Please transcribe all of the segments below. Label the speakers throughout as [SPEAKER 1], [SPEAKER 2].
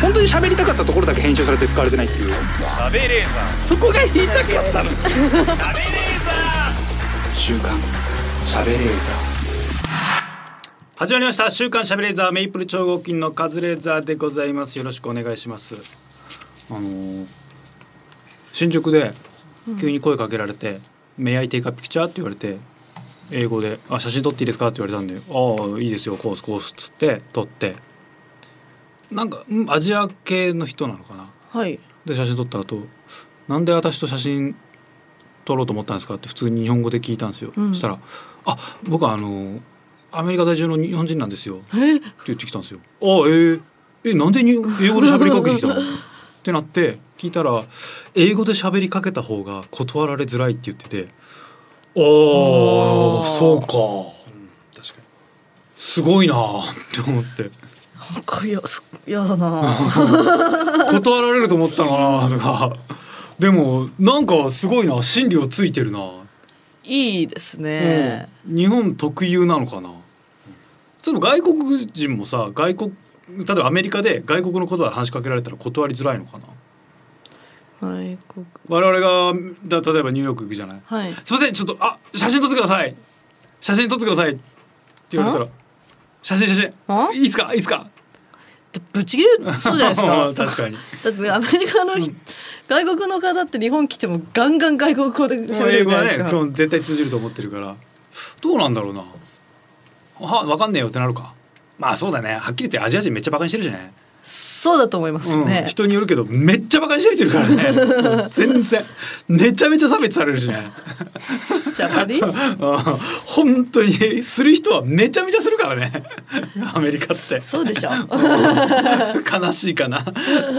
[SPEAKER 1] 本当に喋りたかったところだけ編集されて使われてないっていう
[SPEAKER 2] 食べレーザ
[SPEAKER 1] そこが言いたかったの
[SPEAKER 2] ー食べレーザ
[SPEAKER 1] 週刊喋れー
[SPEAKER 2] ー始まりました週刊しゃべレーザーメイプル超合金のカズレーザーでございますよろしくお願いしますあのー新宿で急に声かけられて「メイアイテイカピクチャー」って言われて英語で「あ写真撮っていいですか?」って言われたんで「ああいいですよコースコース」っつって撮ってなんかうんアジア系の人なのかな
[SPEAKER 3] はい。
[SPEAKER 2] で写真撮った後なんで私と写真撮ろうと思ったんですか?」って普通に日本語で聞いたんですよ、
[SPEAKER 3] うん
[SPEAKER 2] そしたら「あ僕はあのアメリカ在住の日本人なんですよ」って
[SPEAKER 3] え、
[SPEAKER 2] 言ってきたんですよ。あえー、えなんでに英語で喋りかけてきたのってなって聞いたら英語で喋りかけた方が断られづらいって言ってて「あ
[SPEAKER 3] あー
[SPEAKER 2] あそうか
[SPEAKER 1] 確かに
[SPEAKER 2] すごいな」って思って
[SPEAKER 3] なんかや、すやだな。
[SPEAKER 2] 断られると思ったのかなとかでもなんかすごいな心理をついてるな。
[SPEAKER 3] いいですね。
[SPEAKER 2] うん日本特有なのかなその外国人もさ外国例えばアメリカで外国の言葉で話しかけられたら断りづらいのかな
[SPEAKER 3] 外国。
[SPEAKER 2] 我々がだ例えばニューヨーク行くじゃない
[SPEAKER 3] はい。
[SPEAKER 2] すいませんちょっとあ写真撮ってください写真撮ってくださいって言われたら写真写真
[SPEAKER 3] あ
[SPEAKER 2] いいっすかいいっすか。
[SPEAKER 3] ぶち切れそうじゃないですか
[SPEAKER 2] 確かに
[SPEAKER 3] だってねアメリカの人、外国の方って日本来てもガンガン外国語で喋れ
[SPEAKER 2] 英
[SPEAKER 3] る
[SPEAKER 2] 語
[SPEAKER 3] じゃ
[SPEAKER 2] は
[SPEAKER 3] ないで
[SPEAKER 2] ね基
[SPEAKER 3] すか。
[SPEAKER 2] 本絶対通じると思ってるからどうなんだろうなは分かんねえよってなるかまあそうだねはっきり言ってアジア人めっちゃバカにしてるじゃない
[SPEAKER 3] そうだと思います
[SPEAKER 2] うん、
[SPEAKER 3] ね。
[SPEAKER 2] 人によるけどめっちゃバカにしてる人いるから ね全然めちゃめちゃ差別されるしね
[SPEAKER 3] ジャパニ ーズ。
[SPEAKER 2] うん本当にする人はめちゃめちゃするからねアメリカって
[SPEAKER 3] そうでしょ。
[SPEAKER 2] 悲しいかな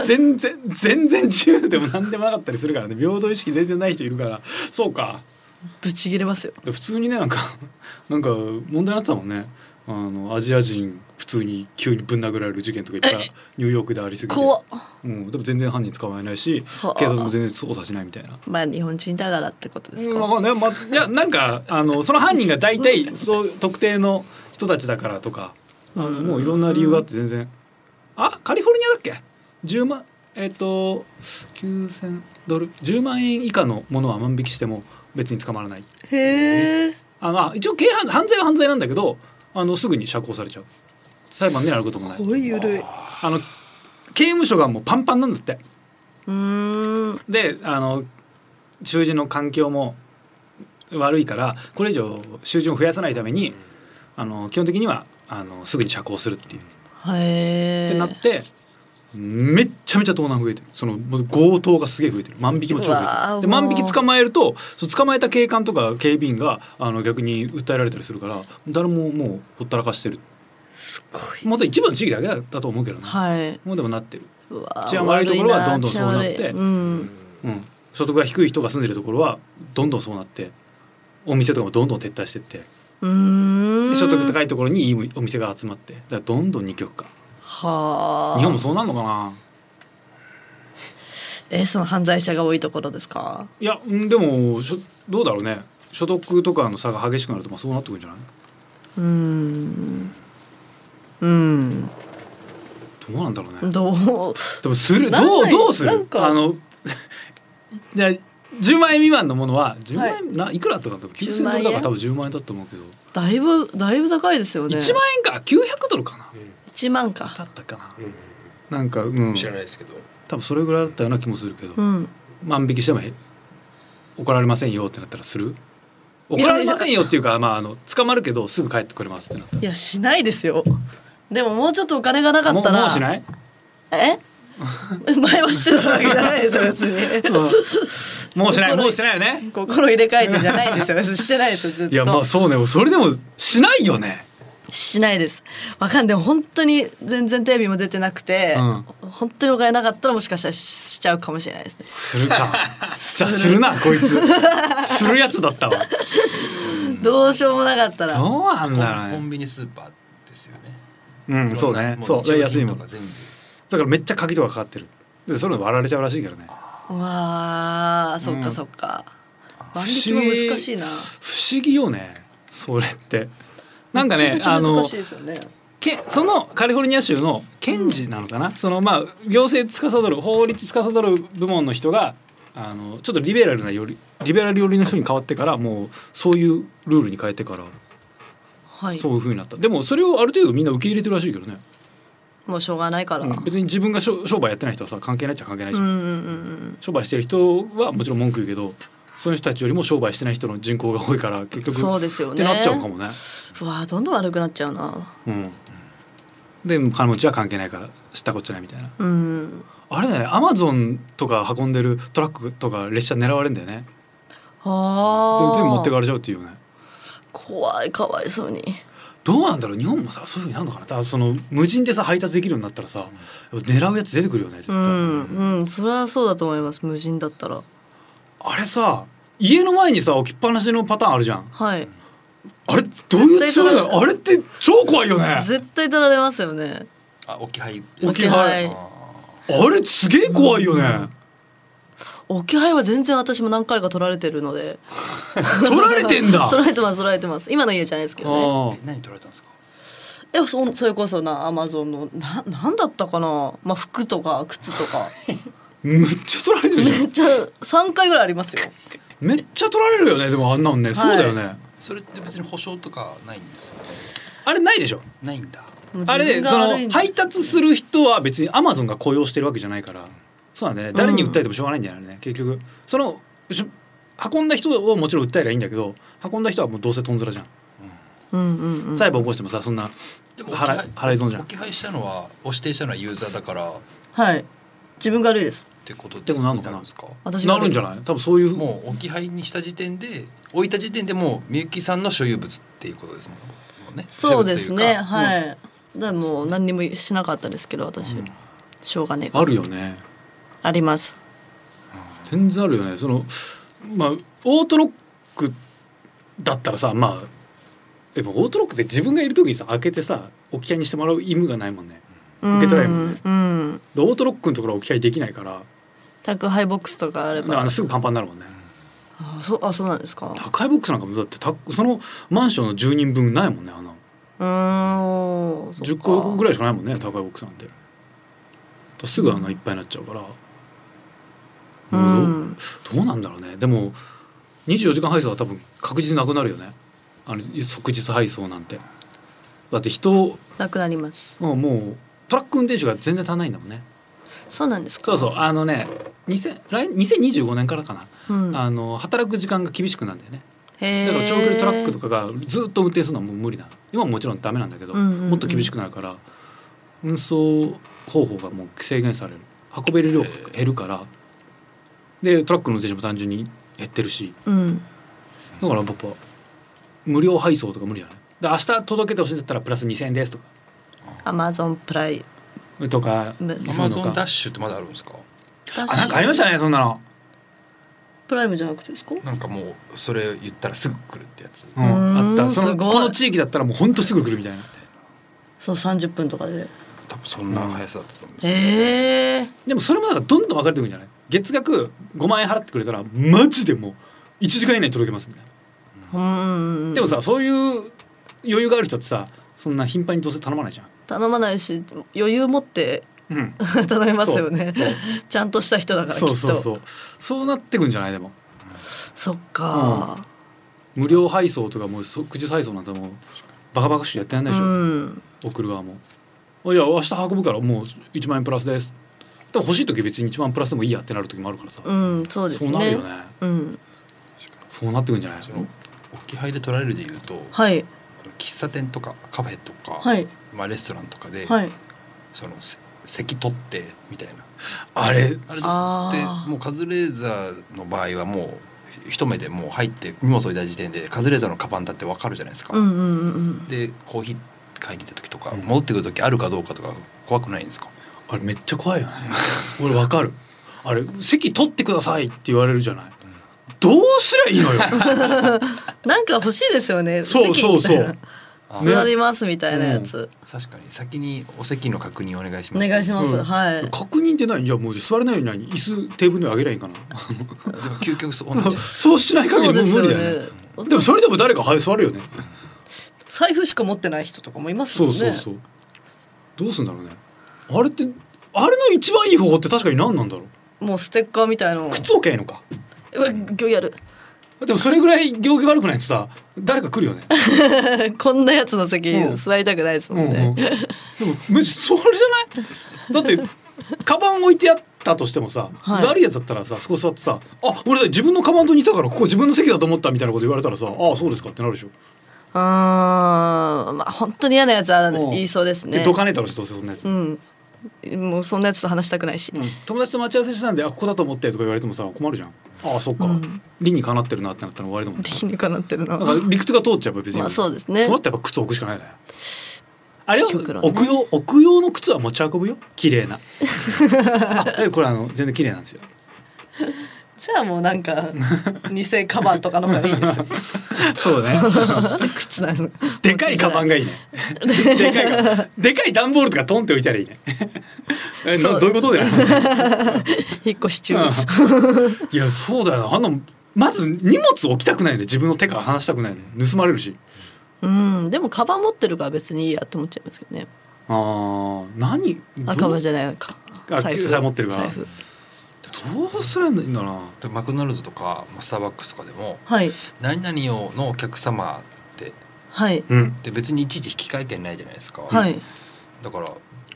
[SPEAKER 2] 全然全然自由でも何でもなかったりするからね平等意識全然ない人いるからそうか
[SPEAKER 3] ぶち切れますよ。
[SPEAKER 2] 普通にねなんかなんか問題になってたもんねあのアジア人普通に急にぶん殴られる事件とかいっぱいニューヨークでありすぎて
[SPEAKER 3] 怖っ。
[SPEAKER 2] うん、でも全然犯人捕まえないし
[SPEAKER 3] はあ
[SPEAKER 2] 警察も全然捜査しないみたいな。
[SPEAKER 3] まあ日本人だからってことです
[SPEAKER 2] うんわ
[SPEAKER 3] か。
[SPEAKER 2] かんないまいやなんかあのその犯人が大体そう特定の人たちだからとかあのもういろんな理由があって全然あカリフォルニアだっけ10万えっ、と9,000ドル10万円以下のものは万引きしても別に捕まらない
[SPEAKER 3] へえ。
[SPEAKER 2] あのあ一応軽犯犯罪は犯罪なんだけどあのすぐに釈放されちゃう裁判になることもない
[SPEAKER 3] すごいゆるい。う
[SPEAKER 2] あの刑務所がもうパンパンなんだって
[SPEAKER 3] ーん。
[SPEAKER 2] であの囚人の環境も悪いからこれ以上囚人を増やさないためにあの基本的にはあのすぐに釈放するっていう、
[SPEAKER 3] へえ。
[SPEAKER 2] ってなってめっちゃめちゃ盗難増えてるそのもう強盗がすげえ増えてる万引きも超増
[SPEAKER 3] うわ
[SPEAKER 2] えて
[SPEAKER 3] ー
[SPEAKER 2] るで万引
[SPEAKER 3] もう
[SPEAKER 2] き捕まえるとそう捕まえた警官とか警備員があの逆に訴えられたりするから誰ももうほったらかしてる
[SPEAKER 3] すごい。
[SPEAKER 2] もっと一部の地域だけだと思うけどね、
[SPEAKER 3] はい。
[SPEAKER 2] もうでもなってる
[SPEAKER 3] うわ
[SPEAKER 2] 治安悪いところはどんどん
[SPEAKER 3] 悪い
[SPEAKER 2] そうなって
[SPEAKER 3] 治安悪いうん。
[SPEAKER 2] うん、所得が低い人が住んでるところはどんどんそうなってお店とかもどんどん撤退してって
[SPEAKER 3] うー
[SPEAKER 2] で
[SPEAKER 3] ん。
[SPEAKER 2] 所得高
[SPEAKER 3] い。
[SPEAKER 2] いところにいいお店が集まってだからどんどん二極化
[SPEAKER 3] はあ。
[SPEAKER 2] 日本もそうなんのかな
[SPEAKER 3] えーその犯罪者が多いところですか。
[SPEAKER 2] いやうんでもしょどうだろうね所得とかの差が激しくなるとまあそうなってくるんじゃないう
[SPEAKER 3] ーん。うん。
[SPEAKER 2] どうなんだろうね
[SPEAKER 3] どう。
[SPEAKER 2] でもする
[SPEAKER 3] なん
[SPEAKER 2] どう
[SPEAKER 3] ない
[SPEAKER 2] どうす
[SPEAKER 3] なん
[SPEAKER 2] る
[SPEAKER 3] か
[SPEAKER 2] あの じゃあ10万円未満のものは10万円、、
[SPEAKER 3] はい
[SPEAKER 2] ないくらだったかな
[SPEAKER 3] 10
[SPEAKER 2] 9000
[SPEAKER 3] 万
[SPEAKER 2] ドル
[SPEAKER 3] 円
[SPEAKER 2] だから多分10万円だと思うけど、
[SPEAKER 3] だいぶだいぶ高いですよね。
[SPEAKER 2] 1万円か900ドルかな
[SPEAKER 3] 一万か。
[SPEAKER 2] だったかな
[SPEAKER 4] うんうん
[SPEAKER 2] なんかう
[SPEAKER 4] うんん、知らないですけど、
[SPEAKER 2] 多分それぐらいだったような気もするけど、
[SPEAKER 3] うん。
[SPEAKER 2] 万引きしてもへ怒られませんよってなったらする
[SPEAKER 3] いや
[SPEAKER 2] 怒られませんよっていうかまああの捕まるけどすぐ帰ってくれますってなった
[SPEAKER 3] いやしないですよ。でももうちょっとお金がなから
[SPEAKER 2] も
[SPEAKER 3] っ
[SPEAKER 2] う
[SPEAKER 3] たら。
[SPEAKER 2] もうし ない、
[SPEAKER 3] え？前はしてたわけじゃないですよ別 に。
[SPEAKER 2] もうしないもうしてないよね
[SPEAKER 3] 心入れ替えてじゃないですよ別にしてないですよずっと。
[SPEAKER 2] いやまあそうねそれでもしないよね
[SPEAKER 3] しないです。わかんない本当に全然テレビも出てなくて、本当にお金なかったらもしかしたらししちゃうかもしれないですね。
[SPEAKER 2] する かじゃあするなこいつするやつだったわ
[SPEAKER 3] どうしようもなかったら。
[SPEAKER 2] どうなんだ
[SPEAKER 4] コ
[SPEAKER 2] ろう
[SPEAKER 4] ン
[SPEAKER 2] ね
[SPEAKER 4] ビニスーパーですよね
[SPEAKER 2] うんそうね
[SPEAKER 4] も
[SPEAKER 2] そう
[SPEAKER 4] 日用
[SPEAKER 2] 安い
[SPEAKER 4] 品と
[SPEAKER 2] もん
[SPEAKER 4] か
[SPEAKER 2] だ
[SPEAKER 4] 全部
[SPEAKER 2] からめっちゃ鍵とかかかってるでそれ割られちゃうらしいけどね
[SPEAKER 3] わあ、そっかそっか。万引きも難しいな。
[SPEAKER 2] 不思議よねそれってなんか
[SPEAKER 3] め
[SPEAKER 2] ね
[SPEAKER 3] ちゃ
[SPEAKER 2] あ
[SPEAKER 3] めちゃ難
[SPEAKER 2] の
[SPEAKER 3] しいですよね。
[SPEAKER 2] けそのカリフォルニア州の検事なのかな、そのまあ行政司る法律司る部門の人があのちょっとリベラルなよりリベラル寄りの人に変わってからもうそういうルールに変えてから
[SPEAKER 3] はい
[SPEAKER 2] そういう風になったでもそれをある程度みんな受け入れてるらしいけどね、
[SPEAKER 3] もうしょうがないから、
[SPEAKER 2] う
[SPEAKER 3] うん、うん
[SPEAKER 2] ん別に自分がしょ商売やってない人はさ関係ないっちゃ関係ないじゃ、
[SPEAKER 3] うんんうん
[SPEAKER 2] 商売してる人はもちろん文句言うけどそういう人たちよりも商売してない人の人口が多いから結局
[SPEAKER 3] そうですよね
[SPEAKER 2] ってなっちゃうかもね。
[SPEAKER 3] うわーどんどん悪くなっちゃうな
[SPEAKER 2] うん、でも金持ちは関係ないから知ったこっちゃないみたいな
[SPEAKER 3] うん
[SPEAKER 2] あれだねアマゾンとか運んでるトラックとか列車狙われるんだよねで
[SPEAKER 3] あ
[SPEAKER 2] も
[SPEAKER 3] あ
[SPEAKER 2] 全部持ってかれちゃうっていうね
[SPEAKER 3] 怖いかわいそうに
[SPEAKER 2] どうなんだろう日本もさそういうふうになるのかなただその無人でさ配達できるようになったらさ狙うやつ出てくるよね絶
[SPEAKER 3] う
[SPEAKER 2] 対、
[SPEAKER 3] んうんそれはそうだと思います無人だったら
[SPEAKER 2] あれさ家の前にさ置きっぱなしのパターンあるじゃん
[SPEAKER 3] はい
[SPEAKER 2] あれどういう罪な
[SPEAKER 3] 絶対取られ
[SPEAKER 2] の
[SPEAKER 3] る
[SPEAKER 2] あれって超怖いよね あ
[SPEAKER 3] 絶対取られますよね
[SPEAKER 4] あ置き配
[SPEAKER 2] 置き配
[SPEAKER 3] 置
[SPEAKER 2] れすげえ怖いよね
[SPEAKER 3] 置き配は全然私も何回か取られてるので
[SPEAKER 2] 取られてんだ
[SPEAKER 3] 取られてます取られてます今の家じゃないですけどね
[SPEAKER 2] ああ
[SPEAKER 4] え何取られたんですか
[SPEAKER 3] えそそれこそなアマゾンのななんだったかなまあ服とか靴と か
[SPEAKER 2] むっちゃ取られてるじゃ
[SPEAKER 3] めっちゃ3回ぐらいありますよ
[SPEAKER 2] んめっちゃ取られるよねでもあんなもんね、そうだよね
[SPEAKER 4] それって別に保証とかないんですよね
[SPEAKER 2] あれないでしょ
[SPEAKER 4] ないんだ
[SPEAKER 3] もう
[SPEAKER 2] あれ
[SPEAKER 3] 自
[SPEAKER 2] で
[SPEAKER 3] 分が
[SPEAKER 2] そ
[SPEAKER 3] 悪いん
[SPEAKER 2] の
[SPEAKER 3] だ
[SPEAKER 2] 配達する人は別にアマゾンが雇用してるわけじゃないからそうなんだよね誰に訴えてもしょうがないんだよね、結局そのし運んだ人をもちろん訴えればいいんだけど運んだ人はもうどうせとんずらじゃん、
[SPEAKER 3] うんうんうん
[SPEAKER 2] 裁判起こしてもさそんな
[SPEAKER 4] で
[SPEAKER 2] 払い
[SPEAKER 4] 置き
[SPEAKER 2] 払い損じゃん
[SPEAKER 4] 置き配したのはお指定したのはユーザーだからっ
[SPEAKER 3] はい自分が悪いです
[SPEAKER 4] てこと
[SPEAKER 2] でもなんのか
[SPEAKER 4] な
[SPEAKER 2] な
[SPEAKER 4] るんですか
[SPEAKER 3] 私が
[SPEAKER 2] な
[SPEAKER 3] 悪
[SPEAKER 2] る
[SPEAKER 3] い
[SPEAKER 2] んじゃない多分そういう
[SPEAKER 4] もう置き配にした時点で置いた時点でもうみゆきさんの所有物っていうことですもんね
[SPEAKER 3] そうです
[SPEAKER 4] 私物とい
[SPEAKER 3] ね
[SPEAKER 4] うか
[SPEAKER 3] はい、だからもう何にもしなかったですけど私、
[SPEAKER 4] うん
[SPEAKER 3] しょうがねえから
[SPEAKER 2] あるよね
[SPEAKER 3] あります
[SPEAKER 2] 全然あるよねそのまあオートロックだったらさまあでもオートロックって自分がいる時にさ開けてさ置き配にしてもらう意味がないもんね受け取られるもんね
[SPEAKER 3] うんうん
[SPEAKER 2] でオートロックのところは置き配できないから
[SPEAKER 3] 宅配ボックスとかあれ
[SPEAKER 2] だからあ
[SPEAKER 3] ば
[SPEAKER 2] のすぐパンパンになるもんね
[SPEAKER 3] あそうあそうなんですか
[SPEAKER 2] 宅配ボックスなんかもだってたそのマンションの10人分ないもんねあの
[SPEAKER 3] うーん
[SPEAKER 2] 10個ぐ
[SPEAKER 3] ら
[SPEAKER 2] ら
[SPEAKER 3] い
[SPEAKER 2] いしかないもんね宅配ボックスなんてだからすぐあのいっぱいになっちゃうから、
[SPEAKER 3] うん
[SPEAKER 2] もうどどうなんだろうねでも24時間配送は多分確実になくなるよねあの即日配送なんてだって人
[SPEAKER 3] なくなります
[SPEAKER 2] もうもうトラック運転手が全然足んないんだもんね
[SPEAKER 3] そうなんですか
[SPEAKER 2] そうそうあのね2000来2025年からかな、
[SPEAKER 3] う、ん、
[SPEAKER 2] あの働く時間が厳しくなるんだよね
[SPEAKER 3] へー
[SPEAKER 2] だから長距離トラックとかがずっと運転するのはもう無理なの今ももちろんダメなんだけど、
[SPEAKER 3] うんうんうん
[SPEAKER 2] もっと厳しくなるから運送方法がもう制限される運べる量が減るからでトラックの運転手も単純に減ってるし
[SPEAKER 3] うん
[SPEAKER 2] だからやっぱ無料配送とか無理だねで明日届けてほしいんだったらプラス2,000円ですとか
[SPEAKER 3] アマゾンプライ
[SPEAKER 2] とか
[SPEAKER 3] うん
[SPEAKER 2] そういうの
[SPEAKER 4] ア
[SPEAKER 2] か
[SPEAKER 4] マゾンダッシュってまだあるんですか
[SPEAKER 3] あ
[SPEAKER 2] あなんかありましたねそんなの、
[SPEAKER 3] プライムじゃなくてですか
[SPEAKER 4] なんかもうそれ言ったらすぐ来るってやつ
[SPEAKER 2] う
[SPEAKER 3] うん
[SPEAKER 2] ん、あったそ
[SPEAKER 3] す
[SPEAKER 2] の
[SPEAKER 3] ごい
[SPEAKER 2] この地域だったらもうほんとすぐ来るみたいな
[SPEAKER 3] そう30分とかで
[SPEAKER 4] 多分そんな速さだったと思うんですよ
[SPEAKER 3] へえ
[SPEAKER 2] でもそれもなんかどんどん分かれてくるんじゃない月額5万円払ってくれたらマジでもう1時間以内に届けますみたいな、
[SPEAKER 3] うん
[SPEAKER 2] でもさそういう余裕がある人ってさそんな頻繁にどうせ頼まないじゃん。
[SPEAKER 3] 頼まないし余裕持って
[SPEAKER 2] うん、
[SPEAKER 3] 頼みますよね
[SPEAKER 2] そう
[SPEAKER 3] ちゃんとした人だからきっ
[SPEAKER 2] そ
[SPEAKER 3] と
[SPEAKER 2] うそうそうそうなってくんじゃないでも
[SPEAKER 3] そっか
[SPEAKER 2] 無料配送とかもう即日配送なんてもうバカバカしくやってやんないでしょ、
[SPEAKER 3] うん
[SPEAKER 2] 送る側も「いや明日運ぶからもう1万円プラスです」でも欲しい時別に1万円プラスでもいいやってなる時もあるからさ、
[SPEAKER 3] うんそうです
[SPEAKER 2] そ
[SPEAKER 3] ね
[SPEAKER 2] うなるよね
[SPEAKER 3] うん
[SPEAKER 2] そうなってくんじゃない
[SPEAKER 4] その置き配で取られるで言うと
[SPEAKER 3] はい
[SPEAKER 4] 喫茶店とかカフェとか、
[SPEAKER 3] はい
[SPEAKER 4] まあ、レストランとかで、
[SPEAKER 3] はい
[SPEAKER 4] そのせ席取ってみたいな
[SPEAKER 2] あれ
[SPEAKER 4] あ
[SPEAKER 3] あ
[SPEAKER 4] れで
[SPEAKER 3] ー
[SPEAKER 4] もうカズレーザーの場合はもう一目でもう入って荷物置いた時点でカズレーザーのカバンだってわかるじゃないですか、
[SPEAKER 3] うんうんうん
[SPEAKER 4] でコーヒー買いに行った時とか、
[SPEAKER 2] うん
[SPEAKER 4] 戻ってくる時あるかどうかとか怖くないんですか
[SPEAKER 2] あれめっちゃ怖いよね俺わかるあれ席取ってくださいって言われるじゃないどうすりゃいいの よ
[SPEAKER 3] なんか欲しいですよね
[SPEAKER 2] そうそう
[SPEAKER 3] 席みたい
[SPEAKER 2] そ
[SPEAKER 3] な
[SPEAKER 2] う
[SPEAKER 4] あ
[SPEAKER 2] ね
[SPEAKER 3] 座りますみたいなやつ
[SPEAKER 4] 確かに先にお席の確認お願いし
[SPEAKER 3] お
[SPEAKER 4] ます
[SPEAKER 3] 願いします
[SPEAKER 2] うん
[SPEAKER 3] はい
[SPEAKER 2] 確認ってないじゃあもう座れないように何椅子テーブルに上げりゃいいかな
[SPEAKER 4] でも究極そうなんじゃない
[SPEAKER 2] そうしない限りも
[SPEAKER 3] そうで
[SPEAKER 2] う
[SPEAKER 3] す
[SPEAKER 2] 無
[SPEAKER 3] よ
[SPEAKER 2] 理
[SPEAKER 3] ね
[SPEAKER 2] だよねでもそれでも誰かはい座るよね
[SPEAKER 3] 財布しか持ってない人とかもいます
[SPEAKER 2] そ
[SPEAKER 3] も
[SPEAKER 2] うん
[SPEAKER 3] ね
[SPEAKER 2] そうそう、どうすんだろうねあれってあれの一番いい方法って確かに何なんだろう
[SPEAKER 3] もうステッカーみたいのを
[SPEAKER 2] 靴置けばいいのか
[SPEAKER 3] うわギョやる
[SPEAKER 2] でもそれぐらい行儀悪くないとさ誰か来るよね、
[SPEAKER 3] こんなやつの席
[SPEAKER 2] うん
[SPEAKER 3] 座りたくないです
[SPEAKER 2] うん
[SPEAKER 3] も
[SPEAKER 2] うんん、でも
[SPEAKER 3] ね、
[SPEAKER 2] むしそれじゃ ないだってカバン置いてあったとしてもさ、
[SPEAKER 3] はい
[SPEAKER 2] 悪いやつだったらさそこ座ってさ「あ俺だ自分のカバンと似たからここ自分の席だと思った」みたいなこと言われたらさ「ああそうですか」ってなるでしょ。
[SPEAKER 3] あーまあ本当に嫌なやつは
[SPEAKER 2] うん
[SPEAKER 3] 言いそうです
[SPEAKER 2] で
[SPEAKER 3] ね
[SPEAKER 2] どかねえだろしどうせそんなやつ、
[SPEAKER 3] うんもうそんなやつと話したくないし、
[SPEAKER 2] うん友達と待ち合わせしたんで「あここだと思って」とか言われてもさ困るじゃん。ああそっか、
[SPEAKER 3] うん
[SPEAKER 2] 理にかなってるなってなったら終わりだもんね。
[SPEAKER 3] 理にかなってるな
[SPEAKER 2] だから理屈が通っちゃえば別に、
[SPEAKER 3] まあそうですね
[SPEAKER 2] そうなったらやっぱ靴置くしかないねあれは
[SPEAKER 3] 極論ね
[SPEAKER 2] 置く用置く用の靴は持ち運ぶよ綺 麗なあこれあの全然綺麗なんですよ
[SPEAKER 3] じゃあもうな んか偽カバンとかの方がいいですよ
[SPEAKER 2] そうね
[SPEAKER 3] 靴なの
[SPEAKER 2] でかいカバンがいいねでかいカバンでかい段ボールとかトンって置いたらいいねえなどういうことだよ
[SPEAKER 3] 引っ越し中
[SPEAKER 2] うん いやそうだよなあんなまず荷物置きたくないよね自分の手から離したくないよね盗まれるし
[SPEAKER 3] うんでもカバン持ってるから別にいいやって思っちゃいますけどね
[SPEAKER 2] あー何
[SPEAKER 3] あカバンじゃないか
[SPEAKER 2] あ
[SPEAKER 3] 財布
[SPEAKER 2] 財布持ってるから
[SPEAKER 3] 財布
[SPEAKER 2] どうすればいいんだろうな
[SPEAKER 4] でマクドナルドとかまあスターバックスとかでも
[SPEAKER 3] はい
[SPEAKER 4] 何々をのお客様って
[SPEAKER 3] はい
[SPEAKER 2] うん
[SPEAKER 4] で別にいちいち引き換え券ないじゃないですか、
[SPEAKER 3] はいい
[SPEAKER 4] だから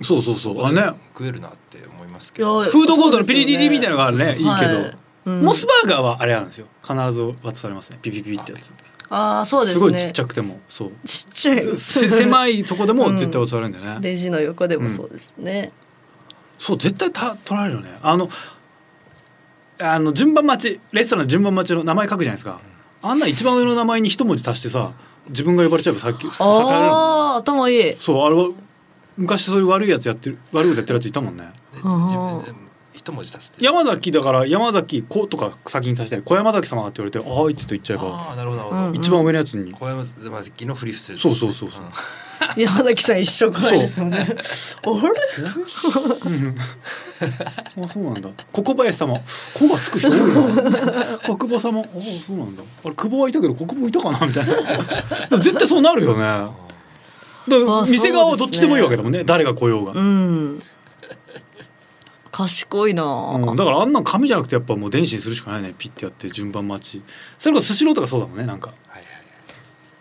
[SPEAKER 2] そうそうそうあね
[SPEAKER 4] 食えるなって思いますけ
[SPEAKER 3] や
[SPEAKER 4] ど
[SPEAKER 2] フードコートのピリリリみたいなのがあるね
[SPEAKER 4] そう
[SPEAKER 2] いい
[SPEAKER 4] で
[SPEAKER 2] け
[SPEAKER 4] す
[SPEAKER 2] ど、
[SPEAKER 4] よ
[SPEAKER 3] はいうん
[SPEAKER 2] モスバーガーはあれなんですよ必ず渡されますねピピピってやつ,、
[SPEAKER 3] ああそうですすね
[SPEAKER 2] ごいちっちゃ
[SPEAKER 3] く
[SPEAKER 2] くてもそう
[SPEAKER 3] ちっちゃい
[SPEAKER 2] せ狭
[SPEAKER 3] い
[SPEAKER 2] いとこでも絶対渡されるんだよね、
[SPEAKER 3] レジの横でもそうですね、
[SPEAKER 2] そう絶対た取られるよねあのあの順番待ちレストラン順番待ちの名前書くじゃないですかあんな一番上の名前に一文字足してさ自分が呼ばれちゃえばさっき避
[SPEAKER 3] あ
[SPEAKER 2] けられるもんね
[SPEAKER 3] あー頭いい
[SPEAKER 2] そうあれは昔そういう悪いやつやってる悪いことやってるやついたもんね
[SPEAKER 4] で
[SPEAKER 3] うん
[SPEAKER 4] 自分で一文字足すっていう
[SPEAKER 2] 山崎だから山崎子とか先に足して小山崎様って言われて「ああいつ」と言っちゃえば
[SPEAKER 4] ああなるほどなるほど、
[SPEAKER 3] うん
[SPEAKER 2] 一番上のやつに
[SPEAKER 4] 小山崎のフリフする
[SPEAKER 2] そうそうそうそうん
[SPEAKER 3] 山崎さん一生来ないで すもんねあれ
[SPEAKER 2] うんあそうなんだ国林様「子」がつく人多い な国母様「ああそうなんだあれ久保はいたけど国母いたかな」みたいなでも絶対そうなるよねだから
[SPEAKER 3] あ
[SPEAKER 2] 店側はど
[SPEAKER 3] そうで
[SPEAKER 2] っち
[SPEAKER 3] すね
[SPEAKER 2] でもいいわけだもんね誰が来ようが、
[SPEAKER 3] うん賢いなあ、
[SPEAKER 2] うんだからあんなん紙じゃなくてやっぱもう電子にするしかないねピッてやって順番待ちそれこそスシローとかそうだもんねなんか
[SPEAKER 4] はいはい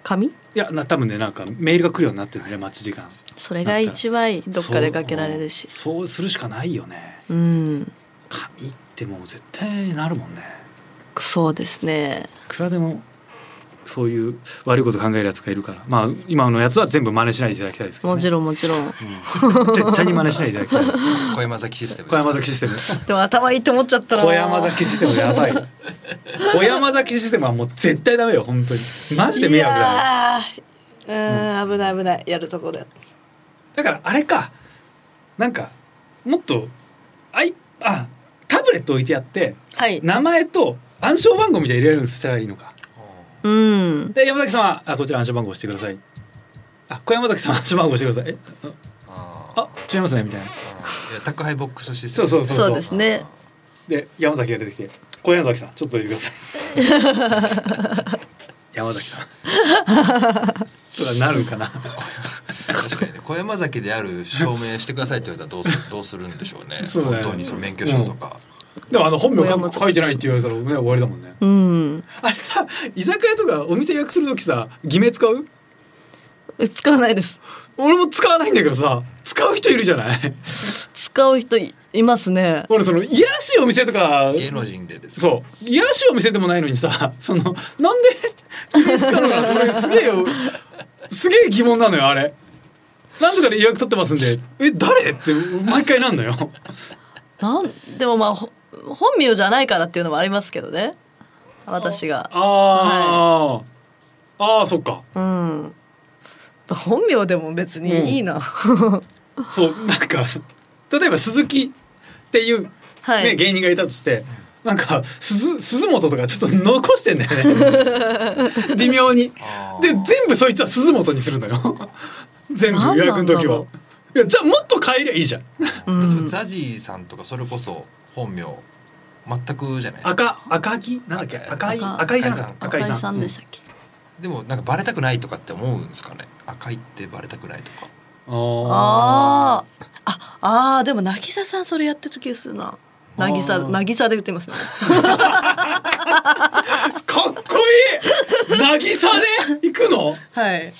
[SPEAKER 3] 紙
[SPEAKER 2] いやな多分ねなんかメールが来るようになってるね待ち時間
[SPEAKER 3] それが一番いいどっか出かけられるし
[SPEAKER 2] そうそうするしかないよね
[SPEAKER 3] うん
[SPEAKER 2] 紙ってもう絶対なるもんね
[SPEAKER 3] そうですね
[SPEAKER 2] いくらでもそういう悪いこと考えるやつがいるからまあ今のやつは全部真似しないでいただきたいですけど、
[SPEAKER 3] も
[SPEAKER 2] ね、
[SPEAKER 3] ちろんもちろん
[SPEAKER 2] うん絶対に真似しないでいただきたいです
[SPEAKER 4] 小山崎システム
[SPEAKER 2] 小山
[SPEAKER 4] で
[SPEAKER 2] 崎システムです
[SPEAKER 3] でも頭いいと思っちゃったな
[SPEAKER 2] 小山崎システムやばい小山崎システムはもう絶対ダメよ本当にマジで迷惑だね
[SPEAKER 3] いやーうん危ない危ないやるとこで
[SPEAKER 2] だからあれかなんかもっとあいあタブレット置いてあって
[SPEAKER 3] はい
[SPEAKER 2] 名前と暗証番号みたいに入れるんしたらいいのか
[SPEAKER 4] すう
[SPEAKER 3] うん
[SPEAKER 2] で山崎様あこちら暗証番号押してくださいあ小山崎様暗証番号押してくださいえ
[SPEAKER 4] んあー
[SPEAKER 2] あ違いますねみたいな
[SPEAKER 4] うんいや宅配ボックスシステム
[SPEAKER 2] そうそうそうそう
[SPEAKER 3] そうですね
[SPEAKER 2] で山崎が出てきて「小山崎さんちょっとどいてください」山崎さんとかなるかな
[SPEAKER 4] 確かにね小山崎である証明してくださいって言われたらどう すどうするんでしょうね
[SPEAKER 2] そうだよね
[SPEAKER 4] 本当にその免許証とか、
[SPEAKER 2] でもあの本名
[SPEAKER 3] 小
[SPEAKER 2] 書
[SPEAKER 3] 山
[SPEAKER 2] く
[SPEAKER 3] 崎
[SPEAKER 2] 書いてないって言われたら、ね、終わりだもんね
[SPEAKER 3] うん
[SPEAKER 2] あれさ居酒屋とかお店予約する時さ偽名使う
[SPEAKER 3] え使わないです
[SPEAKER 2] 俺も使わないんだけどさ使う人いるじゃない
[SPEAKER 3] 使う人いいますね
[SPEAKER 2] 俺そのいやらしいお店とか
[SPEAKER 4] 芸能人でですね
[SPEAKER 2] そういやらしいお店でもないのにさ そのなんで君使うのかな俺すげえよすげえ疑問なのよあれ何とかで予約取ってますんでえ誰って毎回なんの よ
[SPEAKER 3] なんでもまあほ本名じゃないからっていうのもありますけどね私が
[SPEAKER 2] あー、あーそっか
[SPEAKER 3] うん本名でも別にいいな、
[SPEAKER 2] そうなんか例えば鈴木っていう、ね
[SPEAKER 3] はい
[SPEAKER 2] 芸人がいたとしてなんか鈴鈴本とかちょっと残してんだよ ね微妙に
[SPEAKER 4] あー
[SPEAKER 2] で全部そいつは鈴本にするのよ 全部予約の時
[SPEAKER 3] 何なんだ
[SPEAKER 2] は
[SPEAKER 3] ろ
[SPEAKER 2] いやじゃあもっと変えりゃいいじゃん
[SPEAKER 3] うん
[SPEAKER 4] 例えばザジーさんとかそれこそ本名全くじゃないですか
[SPEAKER 2] 赤赤木なんだっけ赤い
[SPEAKER 3] 赤
[SPEAKER 2] 赤いじゃなかった
[SPEAKER 4] 赤
[SPEAKER 2] 赤
[SPEAKER 3] 井
[SPEAKER 2] い
[SPEAKER 3] さ
[SPEAKER 2] さ
[SPEAKER 3] ん
[SPEAKER 2] ん
[SPEAKER 3] でしたっけ、
[SPEAKER 4] でもなんかバレたくないとかって思うんですかね赤いってバレたくないとか
[SPEAKER 3] あーああーでも渚さんそれやってた気がするな渚
[SPEAKER 2] あー
[SPEAKER 3] 渚で言ってますね
[SPEAKER 2] かっこいい渚で行くの
[SPEAKER 3] はい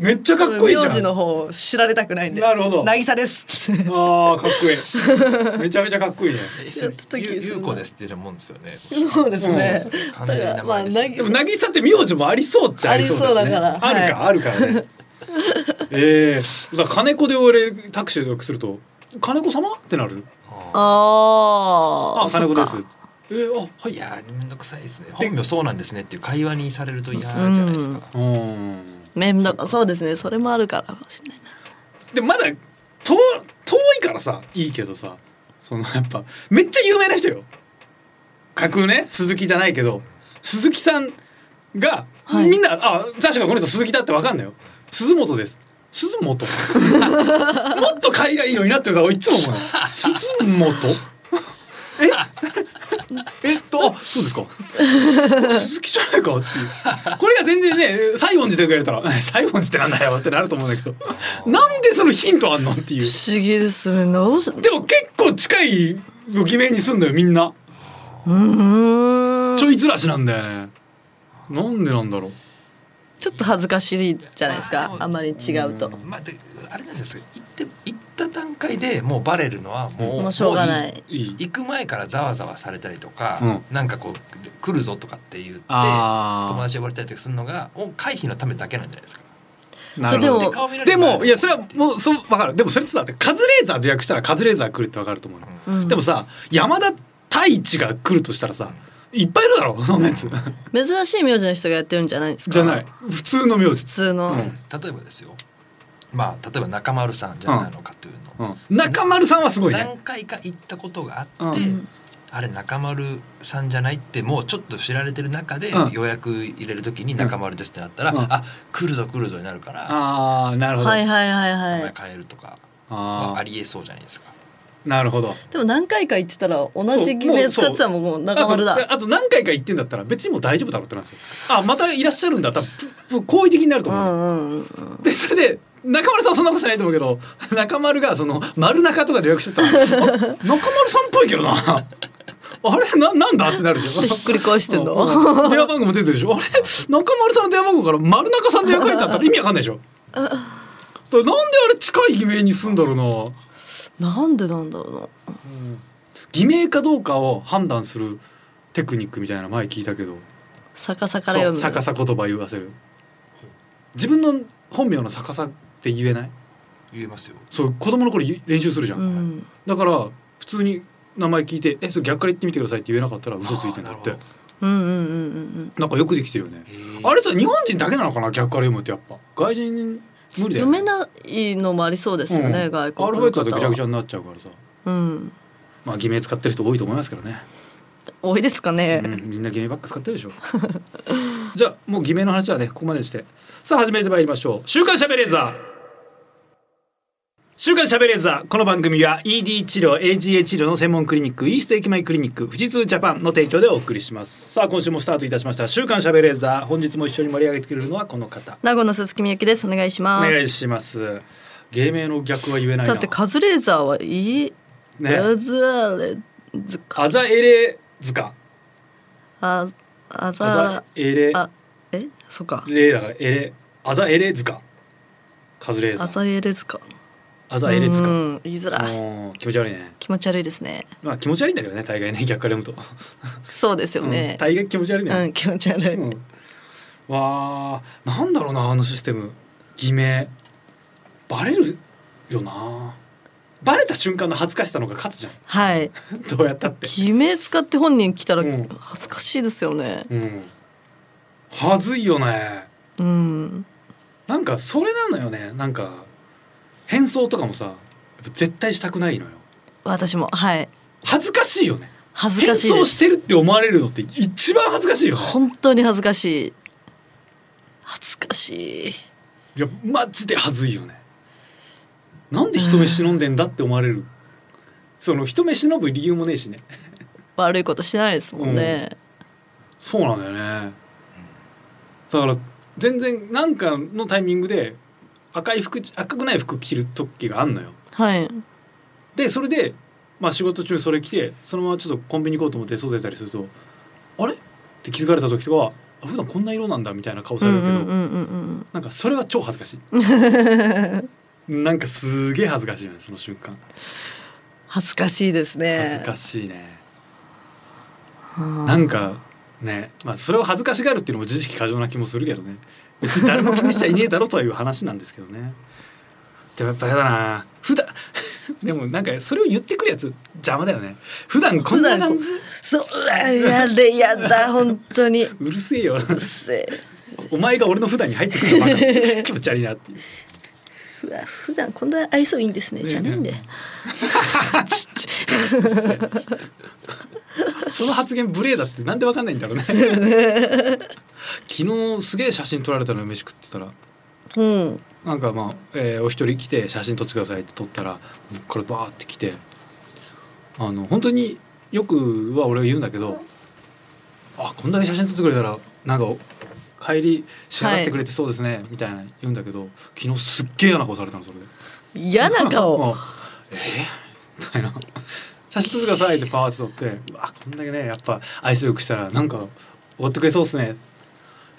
[SPEAKER 2] めっちゃかっこいいじゃん
[SPEAKER 3] 名字の方を知られたくないんで
[SPEAKER 2] なるほど
[SPEAKER 3] 渚ですって
[SPEAKER 2] あーかっこいいめちゃめちゃかっこいいね
[SPEAKER 4] え
[SPEAKER 3] ちょっと
[SPEAKER 4] それゆ
[SPEAKER 3] 気する
[SPEAKER 4] ゆう
[SPEAKER 3] な
[SPEAKER 4] こですっていうもんですよね。
[SPEAKER 3] そうですね
[SPEAKER 4] うん完全に名前です
[SPEAKER 3] だからまあ
[SPEAKER 2] でも渚って名字もありそうっちゃありそうだしね
[SPEAKER 3] ありそうだから
[SPEAKER 2] あるか、
[SPEAKER 3] は
[SPEAKER 2] あるからねええー、だから金子で俺タクシーで予約すると「金子様?」ってなる
[SPEAKER 4] あ
[SPEAKER 2] 「
[SPEAKER 3] あ
[SPEAKER 2] あ
[SPEAKER 3] あ
[SPEAKER 2] 金子です」えー、あ
[SPEAKER 4] あ
[SPEAKER 2] はいい
[SPEAKER 4] やーめんどくさいですね。本名そうなんですねっていう会話にされると嫌じゃないですか。
[SPEAKER 2] うん
[SPEAKER 3] 面倒そうですねそれもあるからかもしれないな
[SPEAKER 2] でまだ遠遠いからさいいけどさそのやっぱめっちゃ有名な人よ架空ね鈴木じゃないけど鈴木さんが、
[SPEAKER 3] はい
[SPEAKER 2] みんなあ確かこの人鈴木だってわかんないよ鈴本です鈴本 もっとかいらいいのになってさいつも思うの鈴 本 ええっとあそうですか鈴木じゃないかっていうこれが全然ね西園寺でくれたら 「西園寺ってなんだよ」ってなると思うんだけどなんでそのヒントあんのっていう
[SPEAKER 3] 不思議ですねどうし
[SPEAKER 2] でも結構近い偽名にすんだよみんな
[SPEAKER 3] うーん
[SPEAKER 2] ちょいずらしなんだよねなんでなんだろう
[SPEAKER 3] ちょっと恥ずかしいじゃないです
[SPEAKER 4] あーで
[SPEAKER 3] か
[SPEAKER 4] も
[SPEAKER 3] あまり違うと
[SPEAKER 4] まあであれなんですけど行って行った段階でもうバレるのはもう
[SPEAKER 3] もうしょうがない
[SPEAKER 4] も
[SPEAKER 2] いい
[SPEAKER 4] 行く前からざわざわされたりとか、
[SPEAKER 2] うん
[SPEAKER 4] なんかこう来るぞとかって言って友
[SPEAKER 2] あー
[SPEAKER 4] 達呼ばれたりとかするのがを回避のためだけなんじゃないですか。
[SPEAKER 2] なるほ
[SPEAKER 3] そ
[SPEAKER 2] ど
[SPEAKER 3] れ
[SPEAKER 4] 顔見られ
[SPEAKER 2] で
[SPEAKER 4] る前
[SPEAKER 2] もいやそれはもうそうわかるでもそれってだってカズレーザーと訳したらカズレーザー来るってわかると思うの、
[SPEAKER 3] うん
[SPEAKER 2] でもさ山田太一が来るとしたらさいっぱいいるだろそんなやつ
[SPEAKER 3] 珍しい名字の人がやってるんじゃないですか
[SPEAKER 2] じゃない普通の名字
[SPEAKER 3] 普通の、
[SPEAKER 2] うん
[SPEAKER 4] 例えばですよ。まあ例えば中丸さんじゃないのかというの。
[SPEAKER 2] うん中丸さんはすごいね
[SPEAKER 4] 何回か行ったことがあって、
[SPEAKER 2] うん
[SPEAKER 4] あれ中丸さんじゃないってもうちょっと知られてる中で
[SPEAKER 2] うん
[SPEAKER 4] 予約入れる時に中丸ですってなったら、
[SPEAKER 2] うん
[SPEAKER 4] あ来るぞ来るぞになるから
[SPEAKER 2] ああなるほど、
[SPEAKER 3] はいはいはい
[SPEAKER 4] 名
[SPEAKER 3] は
[SPEAKER 4] 前
[SPEAKER 3] い
[SPEAKER 4] 変えるとか
[SPEAKER 2] あ
[SPEAKER 4] は
[SPEAKER 2] ー
[SPEAKER 4] ありえそうじゃないですか。
[SPEAKER 2] なるほど
[SPEAKER 3] でも何回か行ってたら同じ偽名使ってたらもう中丸
[SPEAKER 2] あと
[SPEAKER 3] だ
[SPEAKER 2] あと何回か行ってんだったら別にもう大丈夫だろうってなんですよあまたいらっしゃるんだ多分ぷぷ好意的になると
[SPEAKER 3] う
[SPEAKER 2] 思うん
[SPEAKER 3] んうんうん
[SPEAKER 2] ですよでそれで中丸さんはそんなことしないと思うけど中丸がその丸中とかで予約してたらあ 中丸さんっぽいけどな あれななんだってなるでしょ
[SPEAKER 3] でひっくり返してんの
[SPEAKER 2] うん電話番号も出てるでしょあれ中丸さんの電話番号から丸中さんって役入ったったら意味わかんないでしょだからなんであれ近い偽名にすんだろうな
[SPEAKER 3] なんでなんだろうな
[SPEAKER 2] 偽名かどうかを判断するテクニックみたいなの前聞いたけど
[SPEAKER 3] 逆さから読む
[SPEAKER 2] そう逆さ言葉言わせる自分の本名の逆さって言えない
[SPEAKER 4] 言えますよ。
[SPEAKER 2] そう子供の頃ゆ練習するじゃん、
[SPEAKER 3] うん、
[SPEAKER 2] だから普通に名前聞いて「えそれ逆から言ってみてください」って言えなかったら嘘ついてんだって
[SPEAKER 4] あーなる
[SPEAKER 3] うんうんうんうん
[SPEAKER 2] なんかよくできてるよね
[SPEAKER 4] へー
[SPEAKER 2] あれさ日本人だけなのかな逆から読むってやっぱ外人無理だよね
[SPEAKER 3] 読めないのもありそうですよね、
[SPEAKER 2] うん
[SPEAKER 3] 外国
[SPEAKER 2] アル
[SPEAKER 3] の
[SPEAKER 2] ファベット
[SPEAKER 3] 方
[SPEAKER 2] だとぐちゃぐち
[SPEAKER 3] は
[SPEAKER 2] ゃになっちゃうからさ
[SPEAKER 3] うん
[SPEAKER 2] まあ偽名使ってる人多いと思いますけどね、
[SPEAKER 3] 多いですかね、
[SPEAKER 2] うん、みんな偽名ばっか使ってるでしょ じゃあもう偽名の話はねここまでにしてさあ始めてまいりましょう「週刊しゃべレーザー」週刊しゃべレーザーこの番組は ED 治療 AGA 治療の専門クリニックイースト駅前クリニック富士通ジャパンの提供でお送りしますさあ今週もスタートいたしました週刊しゃべレーザー本日も一緒に盛り上げてくれるのはこの方
[SPEAKER 3] 名護の鈴木みゆきですお願いし
[SPEAKER 2] お
[SPEAKER 3] ます
[SPEAKER 2] 願いします芸名の逆は言えないな
[SPEAKER 3] だってカズレーザーはいい、
[SPEAKER 2] ね
[SPEAKER 3] カズレーズ
[SPEAKER 2] アザエレ塚
[SPEAKER 3] ああ
[SPEAKER 2] アザ
[SPEAKER 3] ざ
[SPEAKER 2] エレ
[SPEAKER 3] あえそっか
[SPEAKER 2] レだからエレアザエレ塚カズレーザ
[SPEAKER 3] あ
[SPEAKER 2] ー
[SPEAKER 3] ざえれずか
[SPEAKER 2] アザエレ塚
[SPEAKER 3] うん言いづらい
[SPEAKER 2] もう気持ち悪いね
[SPEAKER 3] 気持ち悪いですね
[SPEAKER 2] まあ気持ち悪いんだけどね大概ね逆から読む
[SPEAKER 3] そうですよ
[SPEAKER 2] と、うん
[SPEAKER 3] ね、
[SPEAKER 2] 大概気持ち悪い
[SPEAKER 3] うん
[SPEAKER 2] ね、
[SPEAKER 3] 気持ち悪い、
[SPEAKER 2] うんわーなんだろうなあのシステム偽名バレるよなバレた瞬間の恥ずかしさの方が勝つじゃ
[SPEAKER 3] はい
[SPEAKER 2] ん どうやったって
[SPEAKER 3] 偽名使って本人来たら
[SPEAKER 2] うん
[SPEAKER 3] 恥ずかしいですよね
[SPEAKER 2] うんはずいよね
[SPEAKER 3] うん
[SPEAKER 2] なんかそれなのよねなんか変装とかもさやっぱ絶対したくないのよ
[SPEAKER 3] 私もはい
[SPEAKER 2] 恥ずかしいよね
[SPEAKER 3] 恥ずかしい
[SPEAKER 2] 変
[SPEAKER 3] で
[SPEAKER 2] 装
[SPEAKER 3] す
[SPEAKER 2] してるって思われるのって一番恥ずかしいよね
[SPEAKER 3] 本当に恥ずかしい恥ずかしい
[SPEAKER 2] いやマジで恥ずいよねなんで人目忍んでんだって思われるその人目忍ぶ理由もねえしね
[SPEAKER 3] 悪いことしてないですもんね、
[SPEAKER 2] そうなんだよねだから全然なんかのタイミングで赤い服赤くない服着る時があんのよ
[SPEAKER 3] はい
[SPEAKER 2] でそれで、まあ、仕事中それ着てそのままちょっとコンビニ行こうと思って外出たりすると「あれ?」って気づかれた時とかはあ「普段こんな色なんだ」みたいな顔
[SPEAKER 3] う
[SPEAKER 2] され
[SPEAKER 3] んう
[SPEAKER 2] るけど、
[SPEAKER 3] んうんうん
[SPEAKER 2] なんかそれは超恥ずかし いなんかすげえ恥ずかしいよねその瞬間
[SPEAKER 3] 恥ずかしいですね
[SPEAKER 2] 恥ずかしいね、
[SPEAKER 3] うん
[SPEAKER 2] なんかね、まあ、それを恥ずかしがるっていうのも自意識過剰な気もするけどね別に誰も気にしちゃいねえだろとはいう話なんですけどねでもやっぱやだな普段 でもなんかそれを言ってくるやつ邪魔だよね普段こんな感じ
[SPEAKER 3] そううわやれやだ本当に
[SPEAKER 2] うるせえよ
[SPEAKER 3] うっせえ
[SPEAKER 2] お前が俺の普段に入ってくるのばっかり 気持ち悪いなっていう
[SPEAKER 3] ふわ普段こんな愛想いいんですね
[SPEAKER 2] ね
[SPEAKER 3] じゃないんで、
[SPEAKER 2] ねその発言無礼だってなんでわかんないんだろうね昨日すげえ写真撮られたのよ飯食ってたら
[SPEAKER 3] うん
[SPEAKER 2] なんかまあ、えーお一人来て写真撮ってくださいって撮ったらこれバーって来てあの本当によくは俺は言うんだけどあこんだけ写真撮ってくれたらなんか帰り支払ってくれてそうですね、みたいな言うんだけど昨日すっげえ嫌な顔されたのそれで。
[SPEAKER 3] 嫌な顔
[SPEAKER 2] あ えみたいな写真撮ってくださいってパワーって撮ってうわこんだけねやっぱ愛想よくしたらなんかおごってくれそうっすね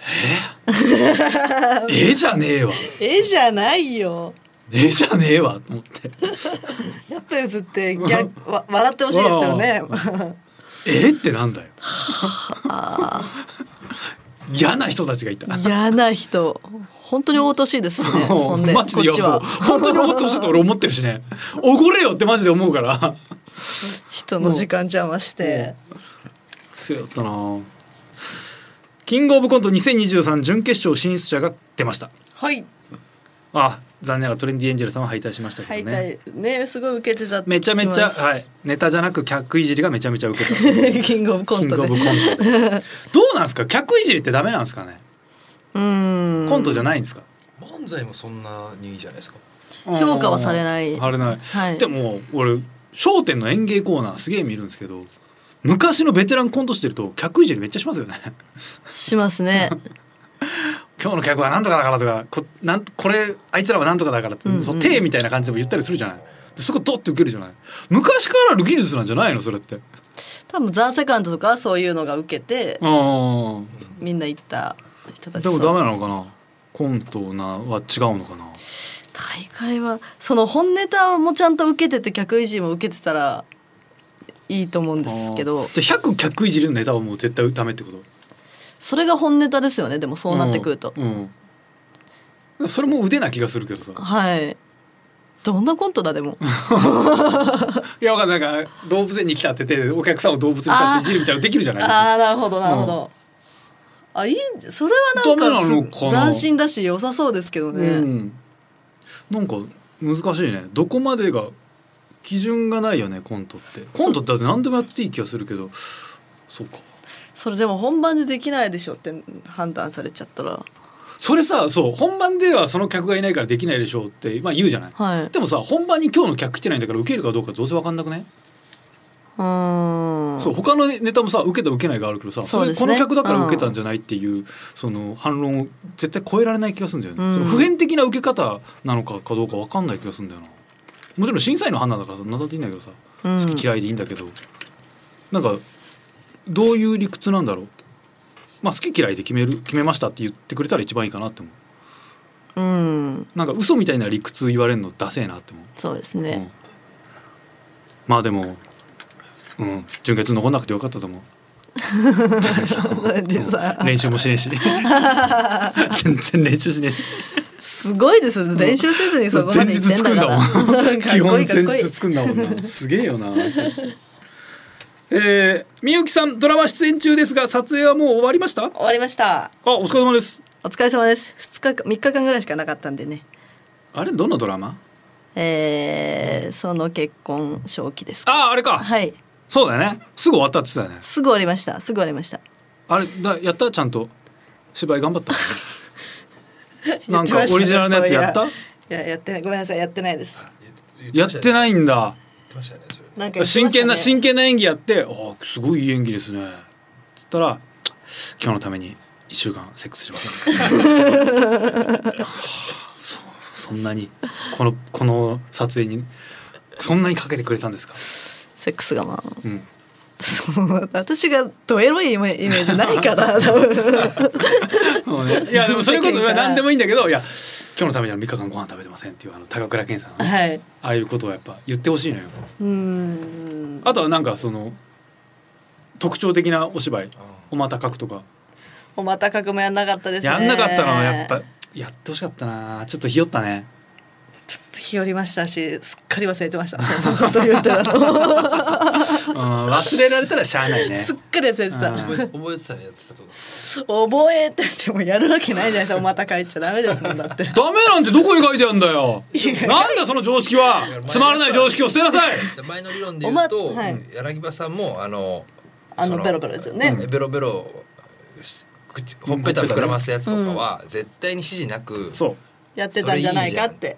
[SPEAKER 2] えー、えじゃねえわ
[SPEAKER 3] 絵じゃないよ
[SPEAKER 2] えじゃねえわと思って
[SPEAKER 3] やっぱりずって逆わ笑ってほしいですよね
[SPEAKER 2] うえってなんだよ嫌な人たちがいた
[SPEAKER 3] 嫌な人本当におとしいですしねそんでこ
[SPEAKER 2] マ
[SPEAKER 3] っ
[SPEAKER 2] ジでいや
[SPEAKER 3] ち
[SPEAKER 2] そう
[SPEAKER 3] は
[SPEAKER 2] 本当に思ってほしいと俺思ってるしねおごれよってマジで思うから
[SPEAKER 3] 人の時間邪魔して
[SPEAKER 2] 強かったなキングオブコント2023準決勝進出者が出ました
[SPEAKER 3] はい
[SPEAKER 2] あ残念ながらトレンディエンジェルさんは敗退しましたけ
[SPEAKER 3] 敗
[SPEAKER 2] どね
[SPEAKER 3] 退ねすごい受けてたって
[SPEAKER 2] めちゃめちゃ、はいい、ネタじゃなく客いじりがめちゃめちゃ受けた
[SPEAKER 3] キングオブコ
[SPEAKER 2] キン
[SPEAKER 3] ン
[SPEAKER 2] グ
[SPEAKER 3] ト
[SPEAKER 2] オ
[SPEAKER 3] で
[SPEAKER 2] ブコントどうなんですか客いじりってダメなんですかね
[SPEAKER 3] うん
[SPEAKER 2] コントじゃないんですか
[SPEAKER 4] 漫才もそんなにいいじゃないですか。
[SPEAKER 3] 評価はされない
[SPEAKER 2] されない、
[SPEAKER 3] はい
[SPEAKER 2] でも俺『笑点』の演芸コーナーすげえ見るんですけど昔のベテランコントしてると客いじりめっちゃしますよね
[SPEAKER 3] しま すね
[SPEAKER 2] 今日の客はなんとかだからとかこなんこれあいつらはなんとかだからって、
[SPEAKER 3] うんうん
[SPEAKER 2] その手みたいな感じでも言ったりするじゃないですごいドッて受けるじゃない昔からある技術なんじゃないのそれって
[SPEAKER 3] 多分ザ・セカンドとかそういうのが受けて
[SPEAKER 2] あ
[SPEAKER 3] みんな行った人た
[SPEAKER 2] あ
[SPEAKER 3] ち
[SPEAKER 2] でもダメな
[SPEAKER 3] の
[SPEAKER 2] のかなコントなは違うのかな
[SPEAKER 3] 大会はその本ネタもちゃんと受けてて客維持も受けてたらいいと思うんですけ
[SPEAKER 2] あ
[SPEAKER 3] ど
[SPEAKER 2] ーじゃあ100客いじるネタはもう絶対ダメってこと
[SPEAKER 3] それが本ネタですよねでもそうなってくると、
[SPEAKER 2] うんうんそれも腕な気がするけどさ
[SPEAKER 3] はいどんなコントだでも
[SPEAKER 2] いやわかんないなんか動物園に来たっててお客さんを動物に立てていじるみたいなのできるじゃない
[SPEAKER 3] ああなるほどなるほど、あいいんじゃそれは
[SPEAKER 2] ダメ
[SPEAKER 3] な
[SPEAKER 2] なんの
[SPEAKER 3] か
[SPEAKER 2] か
[SPEAKER 3] す
[SPEAKER 2] な
[SPEAKER 3] 斬新だし良さそうですけどね、
[SPEAKER 2] ですか、うん、なんか難しいねどこまでが基準がないよねコントってコントってだって何でもやっていい気がするけどそうか
[SPEAKER 3] それでも本番でできないでしょって判断されちゃったら
[SPEAKER 2] それさそう本番ではその客がいないからできないでしょうって、まあ、言うじゃない
[SPEAKER 3] はいう
[SPEAKER 2] でもさ本番に今日の客来てないんだから受けるかどうかどうせ分かんなくね、
[SPEAKER 3] ーん
[SPEAKER 2] そう他のネタもさ受けた受けないがあるけどさ
[SPEAKER 3] そうですね
[SPEAKER 2] れこの客だから受けたんじゃないっていう、その反論を絶対超えられない気がするんだよね、
[SPEAKER 3] うん
[SPEAKER 2] その普遍的な受け方なのかかどうか分かんない気がするんだよなもちろん審査員の判断だからさ何だっていいんだけどさ
[SPEAKER 3] うん
[SPEAKER 2] 好き嫌いでいいんだけど、なんかどういう理屈なんだろうまあ好き嫌いで決める決めましたって言ってくれたら一番いいかなって思う
[SPEAKER 3] うん
[SPEAKER 2] なんか嘘みたいな理屈言われるのダセえなって思う
[SPEAKER 3] そうですね、
[SPEAKER 2] うんまあでも、うん、純潔残んなくてよかったと思う。
[SPEAKER 3] でさ
[SPEAKER 2] 練習もしねえ し全然練習しねえし
[SPEAKER 3] すごいですよね練習せずにそこま
[SPEAKER 2] 前
[SPEAKER 3] で
[SPEAKER 2] 日
[SPEAKER 3] 行ってん
[SPEAKER 2] 作
[SPEAKER 3] だ
[SPEAKER 2] んだ
[SPEAKER 3] から
[SPEAKER 2] もん
[SPEAKER 3] か
[SPEAKER 2] 基
[SPEAKER 3] っこい
[SPEAKER 2] 本
[SPEAKER 3] いかっ
[SPEAKER 2] 前
[SPEAKER 3] こい
[SPEAKER 2] 日
[SPEAKER 3] い
[SPEAKER 2] 作んだもんなすげえよなえー、みゆきさんドラマ出演中ですが撮影はもう終わりましたあ
[SPEAKER 3] 終わりました
[SPEAKER 2] お疲れ様です
[SPEAKER 3] お疲れ様です2日間3日間ぐらいしかなかったんでね
[SPEAKER 2] あれどんなドラマ
[SPEAKER 3] えー、その結婚正気ですか
[SPEAKER 2] あああれか、
[SPEAKER 3] はい
[SPEAKER 2] そうだよねすぐ終わったって言ってたよね
[SPEAKER 3] すぐ終わりましたすぐ終わりました
[SPEAKER 2] あれだやったちゃんと芝居頑張った なんか
[SPEAKER 3] やってましたね
[SPEAKER 2] オリジナルのやつやった
[SPEAKER 3] そういやいややってないごめんなさいやってないです
[SPEAKER 2] やって
[SPEAKER 4] い。
[SPEAKER 2] ないんだ
[SPEAKER 4] 言ってましたね。それ
[SPEAKER 3] なんか言ってましたね
[SPEAKER 2] 真剣な真剣な演技やって「ああすごいいい演技ですね」つったら「 今日のために一週間セックスします、ね」はあそうそんなにこのこの撮影にそんなにかけてくれたんですか。
[SPEAKER 3] セックスがまあ
[SPEAKER 2] うん。
[SPEAKER 3] そう私がドエロいイメージな いから多分
[SPEAKER 2] いやでもそれこ そ
[SPEAKER 3] 世間から
[SPEAKER 2] 何でもいいんだけどいや今日のためには3日間ご飯食べてませんっていうあの高倉健さんのね
[SPEAKER 3] はい
[SPEAKER 2] ああいうことはやっぱ言ってほしいのよ。
[SPEAKER 3] うーん
[SPEAKER 2] あとはなんかその特徴的なお芝居おまたかくとか
[SPEAKER 3] おまたかくもやんなかったですね
[SPEAKER 2] やんなかったのはやっぱやってほしかったなちょっとひよったね。
[SPEAKER 3] ちょっと日和りましたしすっかり忘れてましたそんなこと言って たの
[SPEAKER 2] うん忘れられたらしゃあないね
[SPEAKER 3] すっ。かり忘れて
[SPEAKER 2] う
[SPEAKER 3] た
[SPEAKER 2] ん
[SPEAKER 4] 覚え覚えてたらやってたってことです
[SPEAKER 3] 覚えててもやるわけないじゃないですかおまたか言っちゃダメですもんだって
[SPEAKER 2] ダメなんてどこに書いてあるんだよ。なんだその常識は。つまらない常識を捨てなさい。
[SPEAKER 4] か前の理論で言うと、
[SPEAKER 3] おまはい
[SPEAKER 4] 柳葉さんもあの
[SPEAKER 3] あの
[SPEAKER 4] そ
[SPEAKER 3] ベロベロですよね
[SPEAKER 4] ベロベロし口ほっぺた膨らますやつとかは、絶対に指示なく
[SPEAKER 2] そう。
[SPEAKER 3] やってたんじゃないかって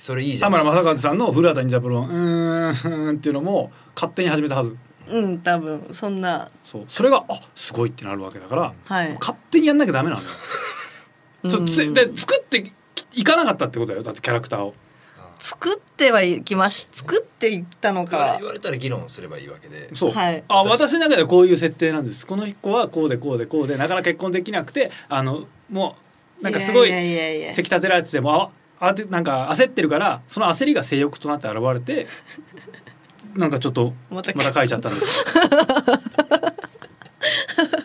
[SPEAKER 4] それいいじゃん
[SPEAKER 3] は
[SPEAKER 4] それい
[SPEAKER 3] い
[SPEAKER 4] いじゃ
[SPEAKER 2] 田
[SPEAKER 4] ん
[SPEAKER 2] 村正和さんの古畑任三郎のうーんっていうのも勝手に始めたはず。
[SPEAKER 3] うん多分そんな
[SPEAKER 2] そう。それがあすごいってなるわけだから、
[SPEAKER 3] はい
[SPEAKER 2] 勝手にやんなきゃダメなのよ。そううんつで作ってきいかなかったってことだよ。だってキャラクターを。
[SPEAKER 3] 作ってはいきまし作っていったの
[SPEAKER 4] 言われ
[SPEAKER 3] か
[SPEAKER 4] 言われたら議論すればいいわけで
[SPEAKER 2] そう、
[SPEAKER 3] はい
[SPEAKER 2] あ私の中ではこういう設定なんですこの子はこうでこうでこうでなかなか結婚できなくてあのもうなんかすごい
[SPEAKER 3] やいやいやいや
[SPEAKER 2] せき立てられててもああてなんか焦ってるからその焦りが性欲となって現れ てなんかちょっとま
[SPEAKER 3] また
[SPEAKER 2] た書いちゃったんです。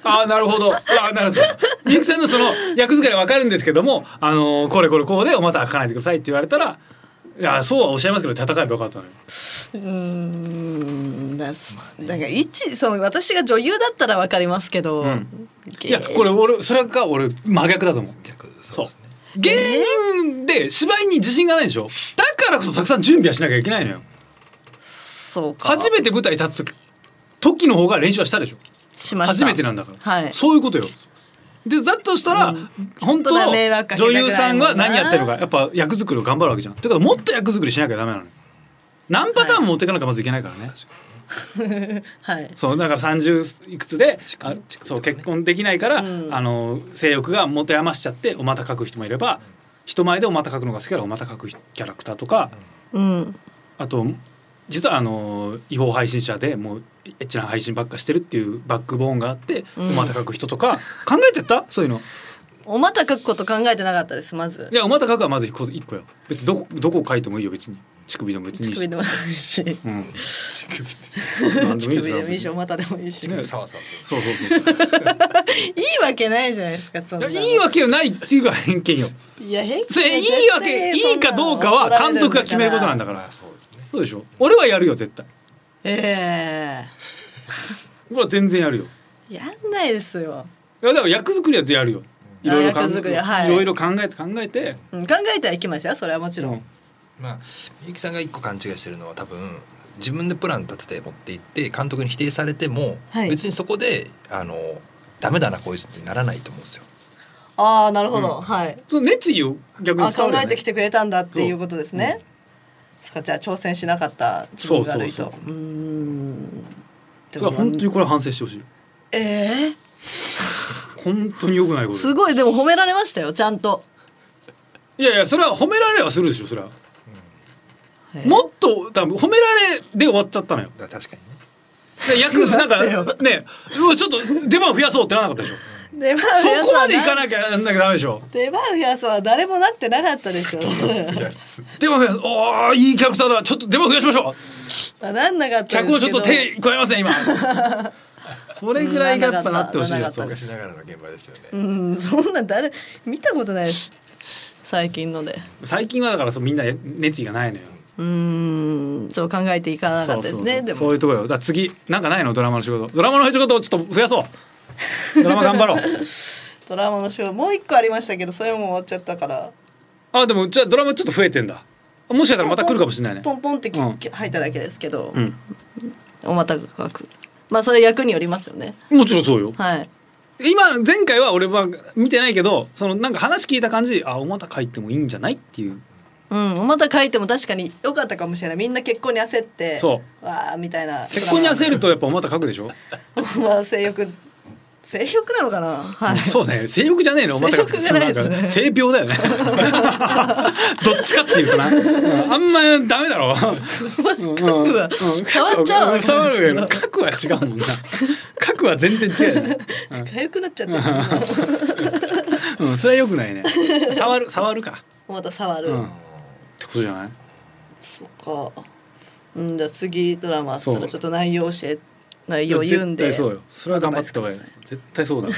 [SPEAKER 2] あーなるほどあーなるほどみゆきさんのその役作りは分かるんですけども、あのーこれこれこうでおまた書かないでくださいって言われたらいやそうはおっしゃいますけど戦えばよかったのよ。
[SPEAKER 3] うーんだすなんか一その私が女優だったらわかりますけど、
[SPEAKER 2] うん
[SPEAKER 3] い
[SPEAKER 2] いやこれ俺それが俺真逆だと思う。
[SPEAKER 4] 逆そ
[SPEAKER 2] そうう
[SPEAKER 4] ですね。
[SPEAKER 2] 芸人で芝居に自信がないでしょ。だからこそたくさん準備はしなきゃいけないのよ。
[SPEAKER 3] そうか
[SPEAKER 2] 初めて舞台立つ時の方が練習はしたでしょ。
[SPEAKER 3] しました
[SPEAKER 2] 初めてなんだから。
[SPEAKER 3] はい
[SPEAKER 2] そういうことよ。でだとしたら、本当
[SPEAKER 3] ちょっと
[SPEAKER 2] の
[SPEAKER 3] は迷惑かけた
[SPEAKER 2] 女
[SPEAKER 3] くないもん
[SPEAKER 2] 優
[SPEAKER 3] な
[SPEAKER 2] さんは何やってるかやっぱ役作りを頑張るわけじゃん。ってことはもっと役作りしなきゃダメなのよ。何パターンも持っていかなきゃまずいけないからね。
[SPEAKER 3] はい
[SPEAKER 2] そうだから30いくつであそう結婚できないから、
[SPEAKER 3] うん
[SPEAKER 2] あの性欲が持て余しちゃってお股書く人もいれば、人前でお股書くのが好きだからお股書くキャラクターとか、
[SPEAKER 3] うん
[SPEAKER 2] あと実はあの違法配信者でもうエッチな配信ばっかしてるっていうバックボーンがあって、
[SPEAKER 3] うん
[SPEAKER 2] お股書く人とか考えてたそういうの
[SPEAKER 3] おまた書くこと考えてなかったですまず
[SPEAKER 2] いやお股書くはまず一個一個よ別にどこどこを書いてもいいよ別に乳首でも別にい
[SPEAKER 3] 乳
[SPEAKER 2] い
[SPEAKER 3] 首
[SPEAKER 2] し。
[SPEAKER 3] でもいいし
[SPEAKER 2] うん、
[SPEAKER 4] 乳首です
[SPEAKER 2] 何
[SPEAKER 3] 乳
[SPEAKER 2] でもいいです
[SPEAKER 3] 首で
[SPEAKER 2] よ
[SPEAKER 3] もいいしおまたでもいいし、
[SPEAKER 2] ね
[SPEAKER 4] さわさわする
[SPEAKER 2] そうそうそう
[SPEAKER 3] いいわけないじゃないですかそん
[SPEAKER 2] い
[SPEAKER 3] な
[SPEAKER 2] や
[SPEAKER 3] の
[SPEAKER 2] いいわけないっていうか偏見よ
[SPEAKER 3] いや変
[SPEAKER 2] それいいわけいいかどうかは監督が決めることなんだから
[SPEAKER 4] そうですね。
[SPEAKER 2] そうでしょ俺はやるよ絶対
[SPEAKER 3] え
[SPEAKER 2] 俺は全然やるよ
[SPEAKER 3] えやんないですよ、
[SPEAKER 2] いやだから役作りはやるよいろいろ考
[SPEAKER 3] 役作りははい
[SPEAKER 2] いろいろ考えて考えて
[SPEAKER 3] うん、考えてはいきましたよそれはもちろん、
[SPEAKER 4] まあみゆきさんが一個勘違いしてるのは多分自分でプラン立てて持っていって監督に否定されても、
[SPEAKER 3] はい
[SPEAKER 4] 別にそこであのダメだなこいつってならないと思うんですよ。
[SPEAKER 3] ああなるほど、はい
[SPEAKER 2] その熱意を逆
[SPEAKER 3] あ
[SPEAKER 2] に伝わ
[SPEAKER 3] 考
[SPEAKER 2] るよ
[SPEAKER 3] えて
[SPEAKER 2] ね
[SPEAKER 3] きてくれたんだっていうことですね。そっかじゃあ挑戦しなかった自分が悪いと。
[SPEAKER 2] そううそう
[SPEAKER 3] ーん。
[SPEAKER 2] だから本当にこれ反省してほしい
[SPEAKER 3] ええ
[SPEAKER 2] 本当に良くないこ
[SPEAKER 3] す
[SPEAKER 2] と
[SPEAKER 3] ごいでも褒められましたよちゃんと。
[SPEAKER 2] いやいやそれは褒められはするでしょそれは
[SPEAKER 3] えー
[SPEAKER 2] もっと多分褒められで終わっちゃったのよ
[SPEAKER 4] だから確かにね。
[SPEAKER 2] で 役なんかねうわちょっと出番を増やそうってならなかったでしょ
[SPEAKER 3] 出番
[SPEAKER 2] そこまでいか
[SPEAKER 3] い。
[SPEAKER 2] なきゃなんなきゃダメでしょ
[SPEAKER 3] 出番増やすは誰もなってなかったですよ。
[SPEAKER 2] 出番増やすおーいいキャラクターだちょっと出番増やしましょう
[SPEAKER 3] あなんなかったですけど。
[SPEAKER 2] 客をちょっと手加えます ね今それぐらいがやっぱなってほしい
[SPEAKER 3] な
[SPEAKER 2] で
[SPEAKER 3] らなかった
[SPEAKER 4] 昔ながらの現場ですよね。
[SPEAKER 3] うんそんな誰見たことないです最近ので。
[SPEAKER 2] 最近はだからそうみんな熱意がないのよ
[SPEAKER 3] うーんちょっと考えていかなかったですねで
[SPEAKER 2] そうそう
[SPEAKER 3] も
[SPEAKER 2] いうとこよだから次なんかないのドラマの仕事ドラマの仕事をちょっと増やそう ドラマ頑張ろう
[SPEAKER 3] ドラマの仕事もう一個ありましたけどそれも終わっちゃったから。
[SPEAKER 2] あでもじゃあドラマちょっと増えてんだもしかしたらまた来るかもしれないね
[SPEAKER 3] ポンポンってき
[SPEAKER 2] うん
[SPEAKER 3] 入っただけですけど、
[SPEAKER 2] うん
[SPEAKER 3] おまたが書く。まあそれ役によりますよね。
[SPEAKER 2] もちろんそうよ
[SPEAKER 3] はい。
[SPEAKER 2] 今前回は俺は見てないけどそのなんか話聞いた感じあおまた書いてもいいんじゃないっていう
[SPEAKER 3] うん、おまた書いても確かに良かったかもしれない。みんな結婚に焦って、
[SPEAKER 2] そう
[SPEAKER 3] わあみたいな。
[SPEAKER 2] 結婚に焦
[SPEAKER 3] る。
[SPEAKER 2] るとやっぱおまた書くでしょ
[SPEAKER 3] まあ性欲性欲なのかな。はい。
[SPEAKER 2] そうね性欲じゃねえのまた
[SPEAKER 3] 性欲じゃないですね
[SPEAKER 2] なんか性病 だよねどっちかっていうとなうんあんまダメだろ
[SPEAKER 3] 核は変わっちゃうわけ
[SPEAKER 2] 変わ
[SPEAKER 3] なん
[SPEAKER 2] るけ
[SPEAKER 3] ですけ
[SPEAKER 2] ど
[SPEAKER 3] ど。
[SPEAKER 2] 核は違う もんな核は全然違うよね、
[SPEAKER 3] 痒くなっちゃってるも
[SPEAKER 2] うん、それは良くないね触る触るか、
[SPEAKER 3] うまた触る。
[SPEAKER 2] うん、ってことじゃない
[SPEAKER 3] そっか。うんじゃあ次ドラマあった
[SPEAKER 2] そう
[SPEAKER 3] らちょっと内容教え内容言うんで。
[SPEAKER 2] 絶対そうよそれは頑張ってた方がいい絶対そうだ、ね、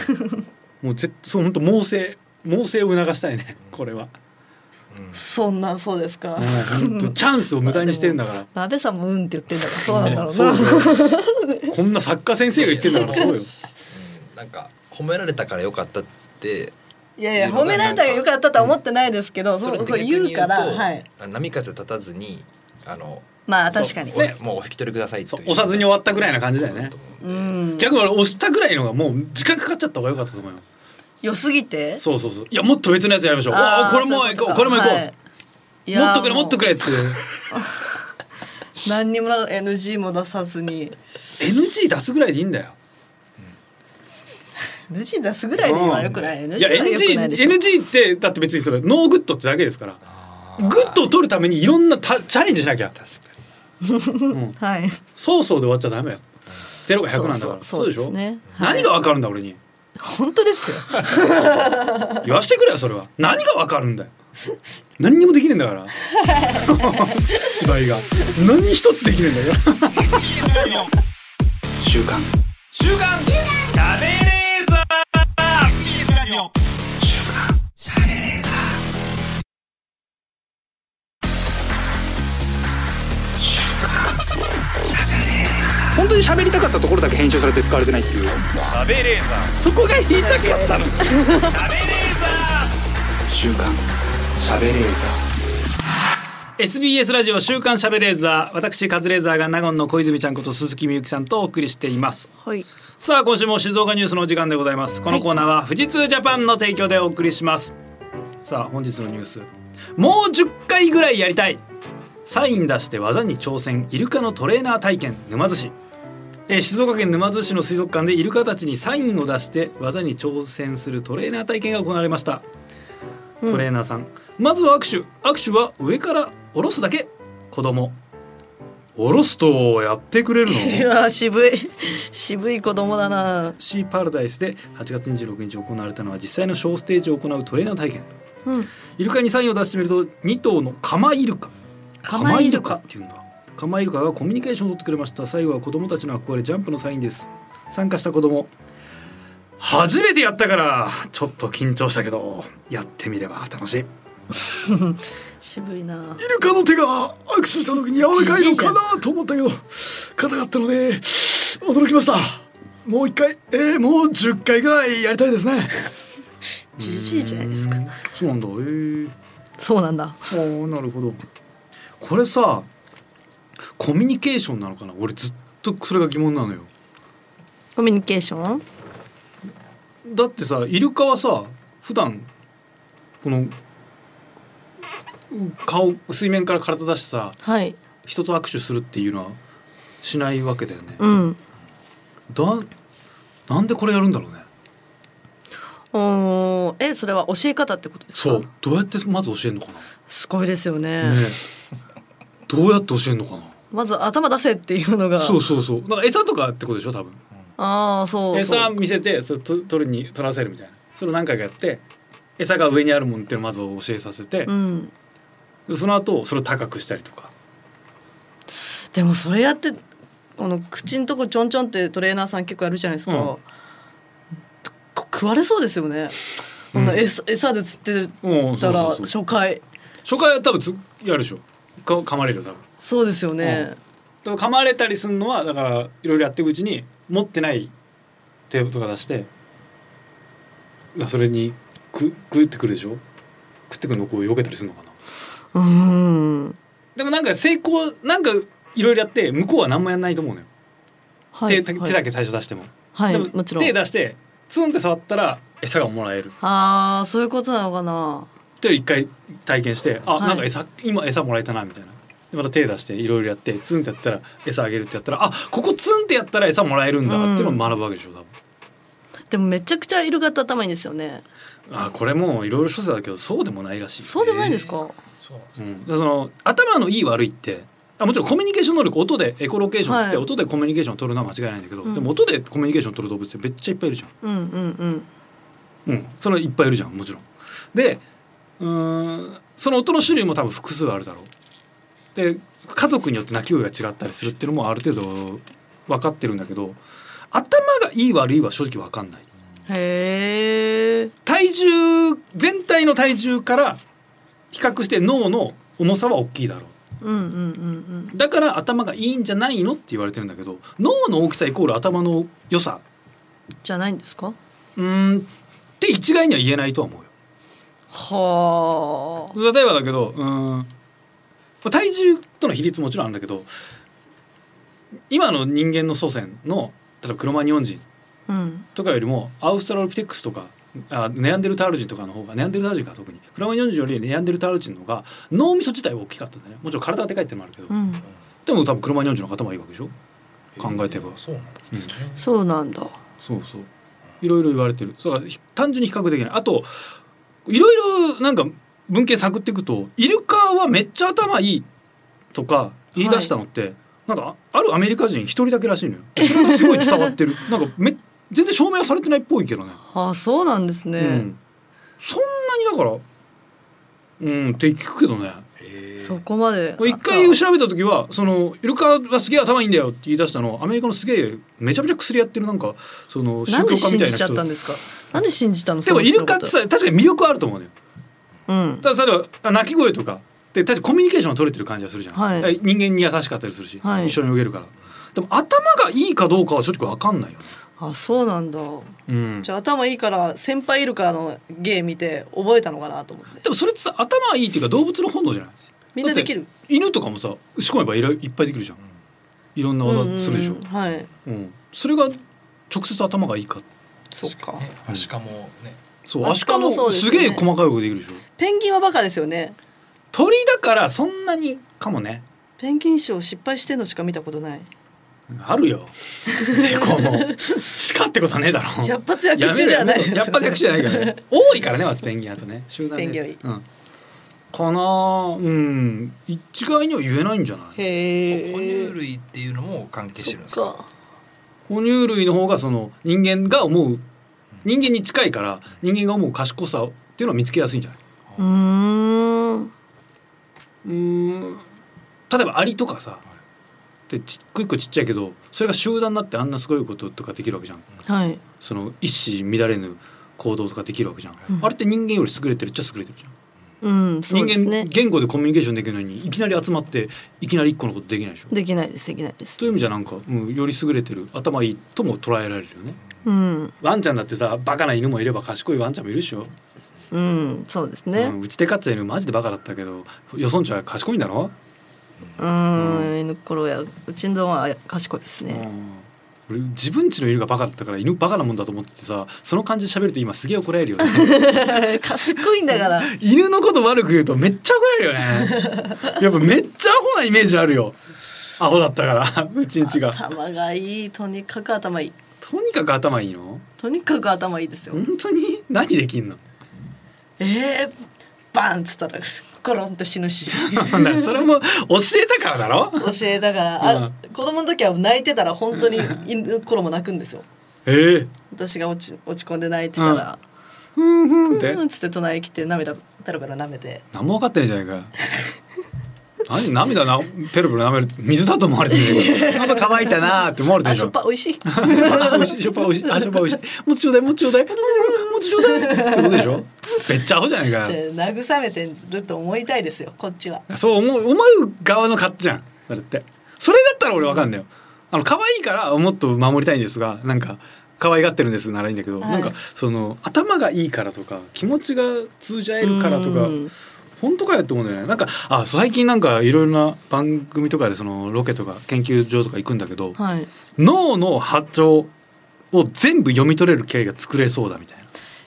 [SPEAKER 2] もうぜそう本当猛省猛省を促したいねこ れは
[SPEAKER 3] そんなそうですか。
[SPEAKER 2] 本当チャンスを無駄にしてんだから
[SPEAKER 3] 安倍さんもうんって言ってんだからそうなんだろう
[SPEAKER 2] そう
[SPEAKER 3] な。
[SPEAKER 2] だよこんな作家先生が言ってんだからそうよ
[SPEAKER 4] うんなんか褒められたから良かったって
[SPEAKER 3] いやいや褒められたらよかったとは思ってないですけど、そうこ
[SPEAKER 4] 逆
[SPEAKER 3] れ
[SPEAKER 4] に
[SPEAKER 3] 言う
[SPEAKER 4] 言うと
[SPEAKER 3] からはい。
[SPEAKER 4] 波風立たずにあの
[SPEAKER 3] まあ確かに。
[SPEAKER 4] そうおもうお引き取りくださいって
[SPEAKER 2] そう押さずに終わったぐらいな感じだよね
[SPEAKER 3] うん。
[SPEAKER 2] 逆に俺押したぐらいのがもう時間かかっちゃった方が良かったと思うよ
[SPEAKER 3] 良すぎて。
[SPEAKER 2] そうそうそういやもっと別のやつやりましょう
[SPEAKER 3] あ
[SPEAKER 2] わあ
[SPEAKER 3] ー
[SPEAKER 2] これも
[SPEAKER 3] そい
[SPEAKER 2] 行こ
[SPEAKER 3] と
[SPEAKER 2] うこれも行こう、
[SPEAKER 3] はいいやー
[SPEAKER 2] もっとくれもっとくれって
[SPEAKER 3] 何にもな NG も出さずに
[SPEAKER 2] NG 出すぐらいでいいんだよ
[SPEAKER 3] NG 出すぐらいで今よくない
[SPEAKER 2] うん
[SPEAKER 3] NG
[SPEAKER 2] いや
[SPEAKER 3] はよくないでしょ
[SPEAKER 2] NGNG ってだって別にそれノーグッドってだけですからグッドを取るためにいろんなたチャレンジしなきゃ
[SPEAKER 4] 確かに
[SPEAKER 2] うん
[SPEAKER 3] はい
[SPEAKER 2] そうそうで終わっちゃダメよゼロが100なんだから
[SPEAKER 3] そうそうそう
[SPEAKER 2] でしょ
[SPEAKER 3] ですねはい
[SPEAKER 2] 何がわかるんだ俺に
[SPEAKER 3] 本当ですよ
[SPEAKER 2] 言わしてくれよそれは何がわかるんだよ何にもできねえんだから 芝居が何一つできね えんだから
[SPEAKER 1] 週刊本当に喋りたかったところだけ編集されて使われてないっていうそこが言いたかったの週刊喋レーザー
[SPEAKER 2] SBS ラジオ週刊しゃべレーザー私カズレーザーが納言の小泉ちゃんこと鈴木みゆきさんとお送りしています
[SPEAKER 3] はい
[SPEAKER 2] さあ今週も静岡ニュースのお時間でございますこのコーナーは富士通ジャパンの提供でお送りしますさあ本日のニュースもう10回ぐらいやりたいサイン出して技に挑戦イルカのトレーナー体験沼津市えー静岡県沼津市の水族館でイルカたちにサインを出して技に挑戦するトレーナー体験が行われましたトレーナーさん、まずは握手握手は上から下ろすだけ子供下ろすとやってくれるの
[SPEAKER 3] いやー渋い渋い子供だな
[SPEAKER 2] シーパラダイスで8月26日行われたのは実際のショーステージを行うトレーナー体験、
[SPEAKER 3] うん
[SPEAKER 2] イルカにサインを出してみると2頭のカマイルカ
[SPEAKER 3] カマイルカ
[SPEAKER 2] っていうんだカマイルカがコミュニケーションを取ってくれました最後は子供たちの憧れジャンプのサインです参加した子供初めてやったからちょっと緊張したけどやってみれば楽しいイ
[SPEAKER 3] 渋いな
[SPEAKER 2] ルカの手が握手した時に柔らかいのかなと思ったけど硬かったので驚きましたもう一回えー、もう10回ぐらいやりたいですね
[SPEAKER 3] じじいじゃないですか
[SPEAKER 2] そうなんだへえ
[SPEAKER 3] そうなんだ
[SPEAKER 2] ああなるほどこれさコミュニケーションなのかな俺ずっとそれが疑問なのよ
[SPEAKER 3] コミュニケーション
[SPEAKER 2] だってさイルカはさ普段このう顔水面から体出してさ
[SPEAKER 3] はい
[SPEAKER 2] 人と握手するっていうのはしないわけだよね、
[SPEAKER 3] うん
[SPEAKER 2] だなんでこれやるんだろうね
[SPEAKER 3] おーえそれは教え方ってことですか
[SPEAKER 2] そうどうやってまず教えんのか
[SPEAKER 3] すごいですよ
[SPEAKER 2] な、
[SPEAKER 3] ね
[SPEAKER 2] ねえどうやって教えんのかな
[SPEAKER 3] まず頭出せっていうのが
[SPEAKER 2] そうそうそうなんか餌とかってことでしょ多分
[SPEAKER 3] ああそうそう
[SPEAKER 2] 餌見せてそれと取るに取らせるみたいなそれを何回かやって餌が上にあるもんっていうのをまず教えさせて
[SPEAKER 3] う、ん
[SPEAKER 2] その後それを高くしたりとか
[SPEAKER 3] でもそれやってこの口のとこちょんちょんってトレーナーさん結構やるじゃないですか、
[SPEAKER 2] うん
[SPEAKER 3] く食われそうですよね、こんな餌餌で釣って
[SPEAKER 2] うん
[SPEAKER 3] たら
[SPEAKER 2] そうそうそう
[SPEAKER 3] 初回
[SPEAKER 2] 初回は多分つやるでしょか噛まれるよ多分
[SPEAKER 3] そうですよね、
[SPEAKER 2] でも噛まれたりするのはだからいろいろやっていくうちに持ってない手とか出してだそれにく食ってくるでしょ食ってくるのをこう避けたりするのかな
[SPEAKER 3] うーん、
[SPEAKER 2] でもなんか成功なんかいろいろやって向こうは何もやんないと思うのよ、
[SPEAKER 3] はい
[SPEAKER 2] 手手
[SPEAKER 3] はい
[SPEAKER 2] 手だけ最初出しても、
[SPEAKER 3] はい
[SPEAKER 2] でも
[SPEAKER 3] もちろん
[SPEAKER 2] 手出してツンって触ったら餌がもらえる
[SPEAKER 3] ああそういうことなのかな
[SPEAKER 2] で一回体験してあ、
[SPEAKER 3] はい
[SPEAKER 2] なんか餌今餌もらえたなみたいなでまた手出していろいろやってツンってやったら餌あげるってやったらあここツンってやったら餌もらえるんだっていうのを学ぶわけでしょ多分、
[SPEAKER 3] でもめちゃくちゃイルカって頭いいんですよね
[SPEAKER 2] あこれもいろいろ諸説だけどそうでもないらしい
[SPEAKER 3] そうでもないですか、
[SPEAKER 2] うん、だからその頭のいい悪いってあもちろんコミュニケーション能力音でエコロケーションっつって、
[SPEAKER 3] はい
[SPEAKER 2] 音でコミュニケーションを取るのは間違いないんだけど、
[SPEAKER 3] うん
[SPEAKER 2] でも音でコミュニケーションを取る動物ってめっちゃいっぱいいるじゃ
[SPEAKER 3] うんうんうん
[SPEAKER 2] ん、うん、そのいっぱいいるじゃんもちろん。でうーんその音の種類も多分複数あるだろう。で家族によって鳴き声が違ったりするっていうのもある程度分かってるんだけど頭がいい悪いは正直分かんない。
[SPEAKER 3] へえ
[SPEAKER 2] 体重全体の体重から比較して脳の重さは大きいだろう。
[SPEAKER 3] うんうんうん
[SPEAKER 2] だから頭がいいんじゃないのって言われてるんだけど脳の大きさイコール頭の良さ
[SPEAKER 3] うんじゃないんですか
[SPEAKER 2] うーんって一概には言えないとは思う
[SPEAKER 3] はあ
[SPEAKER 2] よ例えばだけどうーん体重との比率もちろんあるんだけど今の人間の祖先の例えばクロマニオン人
[SPEAKER 3] うん
[SPEAKER 2] とかよりもアウストラロピテクスとかあネアンデルタール人とかの方がネアンデルタール人か特にクロマニオン人よりネアンデルタール人の方が脳みそ自体は大きかったんだよねもちろん体がでかいってのもあるけど、
[SPEAKER 3] うん
[SPEAKER 2] でも多分クロマニオン人の頭がいいわけでしょ考えてば
[SPEAKER 5] えーそうなんですね、
[SPEAKER 3] そうなんだ
[SPEAKER 2] そうそういろいろ言われてるそうだからひ単純に比較できないあといろいろなんか文献探っていくとイルカはめっちゃ頭いいとか言い出したのって、なんかああるアメリカ人一人だけらしいのよそれがすごい伝わ ってるなんかめ全然証明はされてないっぽいけどね、
[SPEAKER 3] あそうなんですね、
[SPEAKER 2] うん、そんなにだからうんって聞くけどね
[SPEAKER 3] そこまで
[SPEAKER 2] 一回調べた時はそのイルカはすげえ頭いいんだよって言い出したのアメリカのすげえめちゃめちゃ薬やってるなんかその宗
[SPEAKER 3] なん
[SPEAKER 2] 教
[SPEAKER 3] で
[SPEAKER 2] 家
[SPEAKER 3] 信
[SPEAKER 2] みたい
[SPEAKER 3] じ
[SPEAKER 2] な
[SPEAKER 3] ちゃ
[SPEAKER 2] 人
[SPEAKER 3] ったんですかなんで信じたの
[SPEAKER 2] でもイルカって
[SPEAKER 3] そ
[SPEAKER 2] さ確かに魅力はあると思うのよ。
[SPEAKER 3] の人のこと
[SPEAKER 2] ただ例えばあ鳴き声とかで確かにコミュニケーションを取れてる感じがするじゃん、
[SPEAKER 3] はい
[SPEAKER 2] え人間に優しかったりするし、
[SPEAKER 3] はい
[SPEAKER 2] 一緒に泳げるからでも頭がいいかどうかは正直分かんないよね、
[SPEAKER 3] うんあそうなんだ
[SPEAKER 2] うん、
[SPEAKER 3] じゃあ頭いいから先輩イルカの芸見て覚えたのかなと思って
[SPEAKER 2] でもそれってさ頭いいっていうか動物の本能じゃないです
[SPEAKER 3] みんなできる
[SPEAKER 2] 犬とかもさ仕込めばいろいっぱいできるじゃんいろんな技するでしょ、
[SPEAKER 3] うんうんうんはい
[SPEAKER 2] うんそれが直接頭がいいか
[SPEAKER 3] そっか
[SPEAKER 5] ねアシカもね
[SPEAKER 2] そうア
[SPEAKER 3] ア
[SPEAKER 2] シ
[SPEAKER 3] シ
[SPEAKER 2] カ
[SPEAKER 3] カ
[SPEAKER 2] も
[SPEAKER 3] もそうです
[SPEAKER 2] す
[SPEAKER 3] よね
[SPEAKER 2] げえ細かいことできるでしょ
[SPEAKER 3] ペンギンはバカですよね
[SPEAKER 2] 鳥だからそんなにかもね
[SPEAKER 3] ペンギンショー失敗してんのしか見たことない
[SPEAKER 2] ある よ。成功も。鹿ってことはねえだろ。
[SPEAKER 3] 百発百中ではない
[SPEAKER 2] やめろやめろ百発百中じゃないから ね。多いからね、まずペンギンあとね。集団で
[SPEAKER 3] ペンギン多い
[SPEAKER 2] うん。かなあうん。一概には言えないんじゃない。
[SPEAKER 3] へえ
[SPEAKER 4] 哺乳類っていうのも関係してるんですか
[SPEAKER 3] か
[SPEAKER 2] 哺乳類の方がその人間が思う人間に近いから人間が思う賢さっていうのを見つけやすいんじゃないう
[SPEAKER 3] ーん
[SPEAKER 2] うーん例えばアリとかさ、でち一個一個ちっちゃいけどそれが集団になってあんなすごいこととかできるわけじゃん
[SPEAKER 3] はい
[SPEAKER 2] その一糸乱れぬ行動とかできるわけじゃん、
[SPEAKER 3] うん
[SPEAKER 2] あれって人間より優れてるっちゃ優れてるじゃん、
[SPEAKER 3] うんそうです
[SPEAKER 2] 人間
[SPEAKER 3] ね
[SPEAKER 2] 言語でコミュニケーションできるのにいきなり集まっていきなり一個のことできないでしょ
[SPEAKER 3] できないですできないです
[SPEAKER 2] という意味じゃなんか、うん、より優れてる頭いいとも捉えられるよね
[SPEAKER 3] うん
[SPEAKER 2] ワンちゃんだってさバカな犬もいれば賢いワンちゃんもいるでしょ、
[SPEAKER 3] うんそうです
[SPEAKER 2] う
[SPEAKER 3] ね
[SPEAKER 2] ん、うちで飼ってた犬マジでバカだったけどよそんちゃんは賢いんだろ、
[SPEAKER 3] う
[SPEAKER 2] うん
[SPEAKER 3] ん犬ころやうちのどんは賢いです
[SPEAKER 2] う
[SPEAKER 3] ね
[SPEAKER 2] ん俺自分家の犬がバカだったから犬バカなもんだと思っててさその感じで喋ると今すげえ怒られるよね
[SPEAKER 3] 賢いんだから
[SPEAKER 2] 犬のこと悪く言うとめっちゃ怒られるよ ねやっぱめっちゃアホなイメージあるよアホだったからうちんちが
[SPEAKER 3] 頭がいいとにかく頭いい
[SPEAKER 2] とにかく頭いいの
[SPEAKER 3] とにかく頭いいですよ
[SPEAKER 2] 本当に何できんの
[SPEAKER 3] えー、バンっつったらゴロンと死ぬし
[SPEAKER 2] だからそれも教えたからだろ
[SPEAKER 3] 教えだからあ、
[SPEAKER 2] うん
[SPEAKER 3] 子供の時は泣いてたら本当に犬頃も泣くんですよ
[SPEAKER 2] ええ
[SPEAKER 3] 私が落ち落ち込んで泣いてたら、
[SPEAKER 2] ふんふんっ
[SPEAKER 3] う
[SPEAKER 2] て
[SPEAKER 3] ん、っつって隣に来て涙ペロペロ舐めて
[SPEAKER 2] 何も分かってないじゃないか何涙なペロペロ舐める水だと思われてるなんか乾いたなーって思われて
[SPEAKER 3] あ
[SPEAKER 2] るで
[SPEAKER 3] し
[SPEAKER 2] し
[SPEAKER 3] ょっ
[SPEAKER 2] ょ
[SPEAKER 3] ぱ美味 しい
[SPEAKER 2] あ美味しい、しょっぱい美味しい、あ、しょっぱい美味しい。もうちょうだい、もうちょ うだい、もうちょうだい。ってことでし ょめっちゃアホじゃないかよ。
[SPEAKER 3] 慰めてると思いたいですよこっちは
[SPEAKER 2] そう思う、思う側の勝ちじゃん。それって。それだったら俺わかんないよ。あの可愛いから、もっと守りたいんですが、なんか。可愛がってるんですならいいんだけど、
[SPEAKER 3] はい
[SPEAKER 2] なんかその頭がいいからとか気持ちが通じ合えるからとか
[SPEAKER 3] うん
[SPEAKER 2] 本当かよって思うんだよねなんかあそう最近なんかいろいろな番組とかでそのロケとか研究所とか行くんだけど、
[SPEAKER 3] はい
[SPEAKER 2] 脳の波長を全部読み取れる機械が作れそうだみたいな。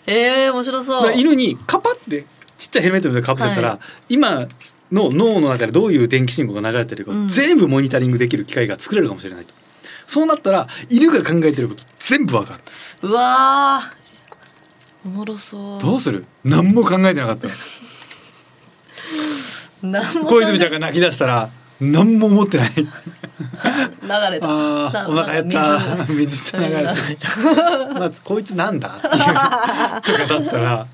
[SPEAKER 3] えー、面白
[SPEAKER 2] だ
[SPEAKER 3] そ
[SPEAKER 2] か
[SPEAKER 3] う
[SPEAKER 2] ら犬にカパってちっちゃいヘルメットみたいなのかぶせたら、
[SPEAKER 3] は
[SPEAKER 2] 今の脳の中でどういう電気信号が流れてるか、
[SPEAKER 3] うん
[SPEAKER 2] 全部モニタリングできる機械が作れるかもしれないと。そうなったら犬が考えてること全部分かった
[SPEAKER 3] うわーおもろそう
[SPEAKER 2] どうする何も考えてなかった
[SPEAKER 3] なんも考
[SPEAKER 2] 小
[SPEAKER 3] え
[SPEAKER 2] 泉ちゃんが泣き出したら何も思ってない
[SPEAKER 3] 流れた
[SPEAKER 2] あ
[SPEAKER 3] な
[SPEAKER 2] ーお腹減った
[SPEAKER 3] 水
[SPEAKER 2] 水つながれ
[SPEAKER 3] 水流れ
[SPEAKER 2] てまずこいつなんだっていうとかだったら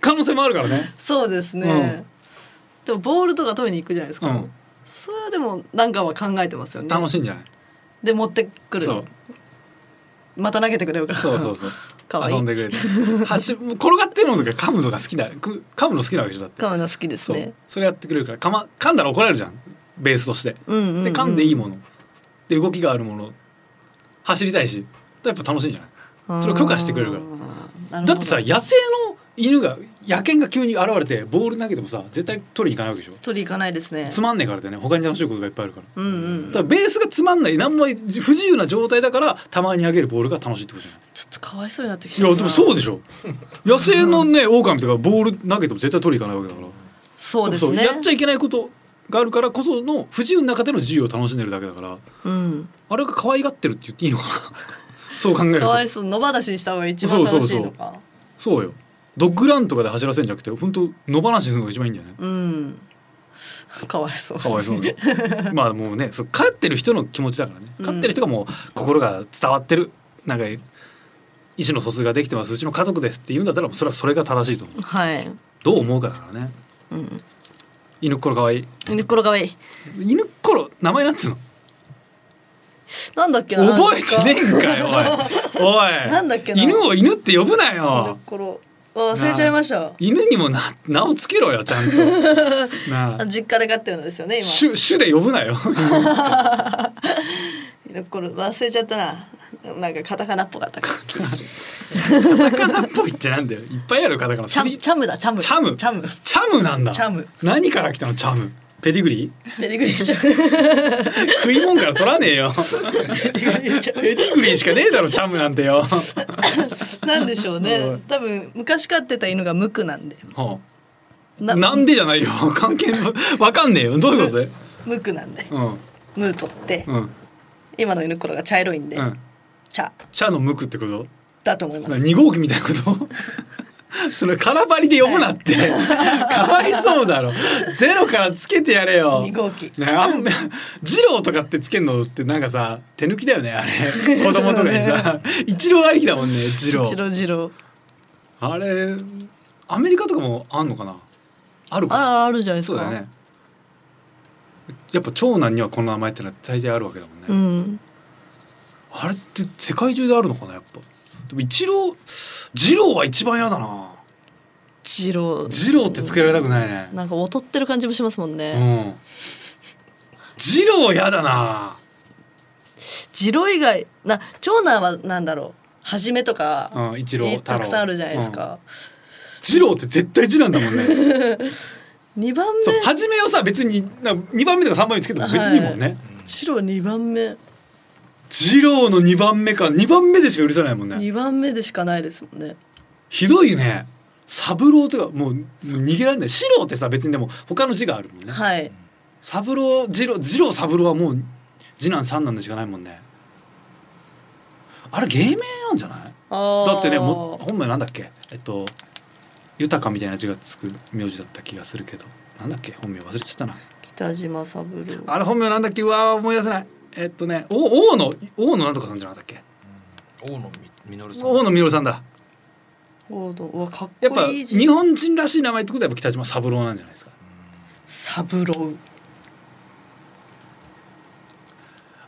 [SPEAKER 2] 可能性もあるからね
[SPEAKER 3] そうですね、
[SPEAKER 2] うん
[SPEAKER 3] でもボールとか取りに行くじゃないですか、
[SPEAKER 2] うん
[SPEAKER 3] それはでもなんかは考えてますよね
[SPEAKER 2] 楽しいんじゃない
[SPEAKER 3] で持ってくる
[SPEAKER 2] そう
[SPEAKER 3] また投げてくれるから
[SPEAKER 2] そう そうそう
[SPEAKER 3] かわいい
[SPEAKER 2] 遊んでくれて走転がってるのとか噛むのが好きだく噛むの好きなわけでしょだって
[SPEAKER 3] 噛むの好きです
[SPEAKER 2] そう
[SPEAKER 3] ね
[SPEAKER 2] それやってくれるから噛,、ま、噛んだら怒られるじゃんベースとして
[SPEAKER 3] うんうんうん、
[SPEAKER 2] で噛んでいいもので動きがあるもの走りたいしやっぱ楽しいんじゃないそれを許可してくれるから
[SPEAKER 3] ら
[SPEAKER 2] だってさ野生の犬が野犬が急に現れてボール投げてもさ絶対取りに行かないわけでしょ
[SPEAKER 3] 取り行かないですね
[SPEAKER 2] つまんねえからだよね他に楽しいことがいっぱいあるから
[SPEAKER 3] うんうんうん
[SPEAKER 2] だからベースがつまんない何も不自由な状態だからたまに投げるボールが楽しいってことじゃない
[SPEAKER 3] ちょっとかわいそうになってき
[SPEAKER 2] い
[SPEAKER 3] ちゃ
[SPEAKER 2] やでもそう
[SPEAKER 3] う
[SPEAKER 2] でしょ野生のね狼とかボール投げても絶対取りに行かないわけだから
[SPEAKER 3] そうですね
[SPEAKER 2] やっちゃいけないことがあるからこその不自由の中での自由を楽しんでるだけだから
[SPEAKER 3] うん
[SPEAKER 2] あれが可愛がってるって言っていいのかな そう考える
[SPEAKER 3] か
[SPEAKER 2] と
[SPEAKER 3] わいそう野放しにした方が一番楽しいのか
[SPEAKER 2] そうよドッグランとかで走らせるんじゃなくて本当野放しするのが一番いいんだよね
[SPEAKER 3] うんかわいそう
[SPEAKER 2] かわいそう にまあもうねそう飼ってる人の気持ちだからね
[SPEAKER 3] うん
[SPEAKER 2] 飼ってる人がもう心が伝わってるなんか意思の疎通ができてますうちの家族ですって言うんだったらそれはそれが正しいと思う
[SPEAKER 3] はい
[SPEAKER 2] どう思うかだからね
[SPEAKER 3] うん
[SPEAKER 2] 犬っころかわいい
[SPEAKER 3] 犬っころかわいい
[SPEAKER 2] 犬っころ名前なんつうの
[SPEAKER 3] なんだっけな
[SPEAKER 2] 覚えてねえんかよお いおい
[SPEAKER 3] なんだっけな
[SPEAKER 2] 犬を犬って呼ぶな
[SPEAKER 3] 犬っ
[SPEAKER 2] よ
[SPEAKER 3] ころあ忘れちゃいました
[SPEAKER 2] 犬にもな名をつけろよちゃん とな
[SPEAKER 3] あ
[SPEAKER 2] あ
[SPEAKER 3] 実家で飼ってるのですよね今
[SPEAKER 2] 種種で呼ぶなよ
[SPEAKER 3] 犬っころ忘れちゃったななんかカタカナっぽかったか
[SPEAKER 2] カタ
[SPEAKER 3] ら
[SPEAKER 2] カナっぽいってなんだよいっぱいあるカタカナ
[SPEAKER 3] チャムチャムだチャム
[SPEAKER 2] チャム
[SPEAKER 3] チャム
[SPEAKER 2] チャムなんだ
[SPEAKER 3] チャム
[SPEAKER 2] 何から来たのチャムペディグリー
[SPEAKER 3] ペディグリーチャ
[SPEAKER 2] 食い物から取らねえよ
[SPEAKER 3] ム
[SPEAKER 2] ペディグリーしかねえだろチャムなんて よ
[SPEAKER 3] なんでしょう
[SPEAKER 2] お
[SPEAKER 3] ね
[SPEAKER 2] い
[SPEAKER 3] 多分昔飼ってた犬が無垢なんで
[SPEAKER 2] ほうなんでじゃないよ関係なわかんねえよどういうことで
[SPEAKER 3] 無垢なんで
[SPEAKER 2] うん
[SPEAKER 3] ムー取って、
[SPEAKER 2] うん
[SPEAKER 3] 今の犬ころが茶色いんで、
[SPEAKER 2] うん
[SPEAKER 3] 茶
[SPEAKER 2] チャの無垢ってこと
[SPEAKER 3] だと思います、
[SPEAKER 2] 二号機みたいなこと それ空張りで呼ぶなって かわいそうだろゼロからつけてやれよ
[SPEAKER 3] 二号機
[SPEAKER 2] ねあん二郎とかってつけんのってなんかさ手抜きだよねあれ子供とかに さ、一郎ありきだもんね二郎
[SPEAKER 3] ジロジロ
[SPEAKER 2] あれアメリカとかもあんのかなある
[SPEAKER 3] あ
[SPEAKER 2] から
[SPEAKER 3] あるじゃないです
[SPEAKER 2] そう
[SPEAKER 3] か
[SPEAKER 2] だよねやっぱ長男にはこの名前ってのは大体あるわけだもんね、
[SPEAKER 3] うん
[SPEAKER 2] あれって世界中であるのかなやっぱでも一郎二郎は一番嫌だな
[SPEAKER 3] ジロ
[SPEAKER 2] 二郎ってつけられたくないね。
[SPEAKER 3] なんか劣ってる感じもしますもん
[SPEAKER 2] う
[SPEAKER 3] ね、
[SPEAKER 2] ん。二郎やだな。
[SPEAKER 3] ジロ以外な長男はなんだろうはじめとか、
[SPEAKER 2] うん、一郎
[SPEAKER 3] い
[SPEAKER 2] 太郎。
[SPEAKER 3] たくさんあるじゃないですか、
[SPEAKER 2] うん。二郎って絶対二なんだもんね。
[SPEAKER 3] 二番
[SPEAKER 2] そう、初めをさ、別に、な、二番目とか三番目つけても別にいいもんね。
[SPEAKER 3] 目ジロ二番目
[SPEAKER 2] 二郎の二番目か、二番目でしか許さないもんね。
[SPEAKER 3] 二番目でしかないですもんね
[SPEAKER 2] ひどいね。三郎とか、もう、逃げられない。四郎ってさ、別にでも、他の字があるもんね。
[SPEAKER 3] はい
[SPEAKER 2] 三郎、二郎、二郎三郎はもう、次男三男でしかないもんね。あれ、芸名なんじゃない。
[SPEAKER 3] あー
[SPEAKER 2] だってねも本名なんだっけえっと豊かみたいな字がつく名字だった気がするけどなんだっけ本名忘れちゃったな
[SPEAKER 3] 北島三郎
[SPEAKER 2] あれ本名なんだっけうわー思い出せないえっとねお王の王のなんとかさんじゃなかったっけ
[SPEAKER 5] 大野みのるさん。
[SPEAKER 2] 王のみのるさんだ
[SPEAKER 3] ゴードンうわかっ
[SPEAKER 2] やっぱ
[SPEAKER 3] こいい字
[SPEAKER 2] 日本人らしい名前ってことはやっぱ北島三郎なんじゃないですか
[SPEAKER 3] サブロウ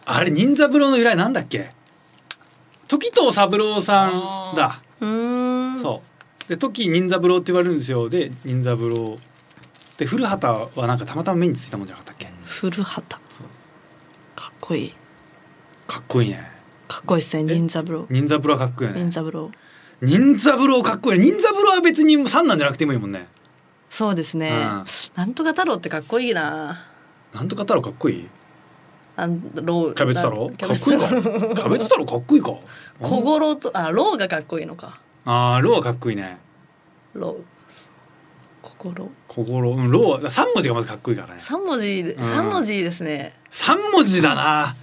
[SPEAKER 2] あれ忍三郎の由来なんだっけ時藤三郎さんだ
[SPEAKER 3] うーん
[SPEAKER 2] そうで時忍三郎って言われるんですよで忍三郎で古畑はなんかたまたま目についたもんじゃなかったっけ
[SPEAKER 3] 古畑
[SPEAKER 2] そう
[SPEAKER 3] かっこいい
[SPEAKER 2] かっこいいね
[SPEAKER 3] かっこいいですね忍三郎
[SPEAKER 2] 忍三郎かっこいいよね
[SPEAKER 3] 忍三郎
[SPEAKER 2] 忍三郎かっこいい忍三郎は別に三男じゃなくてもいいもんね、
[SPEAKER 3] そうですね、
[SPEAKER 2] うん
[SPEAKER 3] なんとか太郎ってかっこいいな
[SPEAKER 2] なんとか太郎かっこいい
[SPEAKER 3] あんロウ
[SPEAKER 2] キャベツ太郎
[SPEAKER 3] キ
[SPEAKER 2] かっ
[SPEAKER 3] ャベ
[SPEAKER 2] こ
[SPEAKER 3] ツ
[SPEAKER 2] いい
[SPEAKER 3] 太
[SPEAKER 2] か
[SPEAKER 3] 郎
[SPEAKER 2] キャベツ太郎かっこいいか
[SPEAKER 3] 小五郎とあロウがかっこいいのか
[SPEAKER 2] あーローはかっこいいね
[SPEAKER 3] ロウ心
[SPEAKER 2] 小五郎うんローは三文字がまずかっこいいからね
[SPEAKER 3] 三文字で
[SPEAKER 2] うん
[SPEAKER 3] 三文字ですね、
[SPEAKER 2] 三文字だな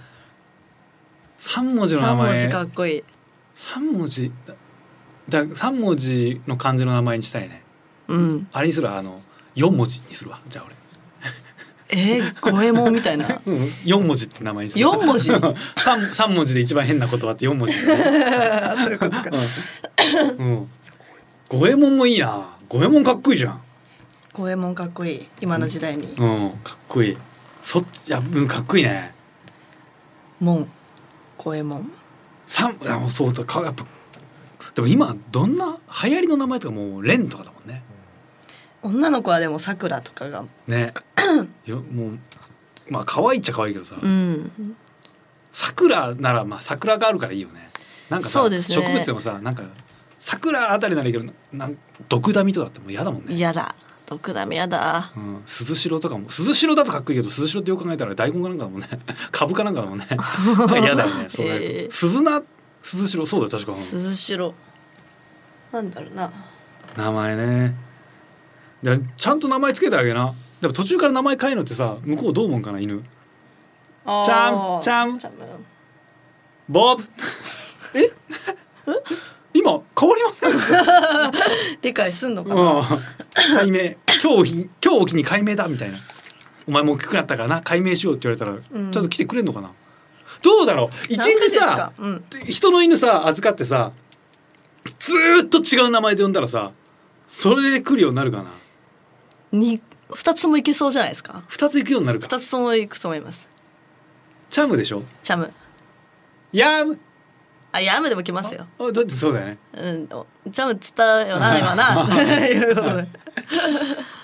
[SPEAKER 2] 三文字の名
[SPEAKER 3] 三文
[SPEAKER 2] 前
[SPEAKER 3] 字かっこいい
[SPEAKER 2] 三文字だだ三文字の漢字の名前にしたいね
[SPEAKER 3] うん
[SPEAKER 2] あれにするわあの四文字にするわじゃあ
[SPEAKER 3] えー、五右衛門みた いな
[SPEAKER 2] 俺、うん、四文字って名前にする
[SPEAKER 3] 四文字
[SPEAKER 2] 三三文字で一番変な言葉って四文字だよね、
[SPEAKER 3] あ そういうことか
[SPEAKER 2] うんうん、五右衛門もいいな五右衛門かっこいいじゃん
[SPEAKER 3] 五右衛門かっこいい今の時代に、
[SPEAKER 2] うんかっこいいそっちいやうんかっこいいね
[SPEAKER 3] 門五右衛門
[SPEAKER 2] 三あもうそうだかやっぱでも今どんな流行りの名前とかもう蓮とかだもんね
[SPEAKER 3] 女の子はでもさくらとかが
[SPEAKER 2] ねよもうまあ可愛いっちゃ可愛いけどさ
[SPEAKER 3] うん
[SPEAKER 2] 桜ならまあ桜があるからいいよねなんかさ、
[SPEAKER 3] そうですね
[SPEAKER 2] 植物でもさなんか桜あたりならいいけどなん毒ダミとかだってもう嫌だもんね
[SPEAKER 3] 嫌だ毒ダメ嫌だ
[SPEAKER 2] うん、鈴代とかも鈴代だとかっこいいけど鈴代ってよく考えたら大根かなんかだもんね 株かなんかだもんね なんか嫌だ よねそうなると、
[SPEAKER 3] えー
[SPEAKER 2] 鈴菜鈴代そうだよ確か、
[SPEAKER 3] 涼しろなんだろうな
[SPEAKER 2] 名前ねでちゃんと名前つけてあげなでも途中から名前変えるのってさ向こうどう思うんかな犬
[SPEAKER 3] あー
[SPEAKER 2] ちゃんちゃん
[SPEAKER 3] ちゃん
[SPEAKER 2] ボブえ 今変わりませんでした
[SPEAKER 3] 理解すんのかな
[SPEAKER 2] うん、解明今日今日を機に解明だみたいなお前もう大きくなったからな解明しようって言われたら、
[SPEAKER 3] うん
[SPEAKER 2] ちょっと来てくれんのかなどうだろう一日さ、
[SPEAKER 3] なんか
[SPEAKER 2] 人の犬さ預かってさずーっと違う名前で呼んだらさそれで来るようになるかな
[SPEAKER 3] ですかうん、2つもいけそうじゃないですか
[SPEAKER 2] 二つ行くようになるか
[SPEAKER 3] 2つともいくと思います
[SPEAKER 2] チャムでしょ
[SPEAKER 3] チャム
[SPEAKER 2] ヤム
[SPEAKER 3] あヤムでも来ますよ、
[SPEAKER 2] あだってそうだよね
[SPEAKER 3] うん、おチャムっつったよな 今ないう ことで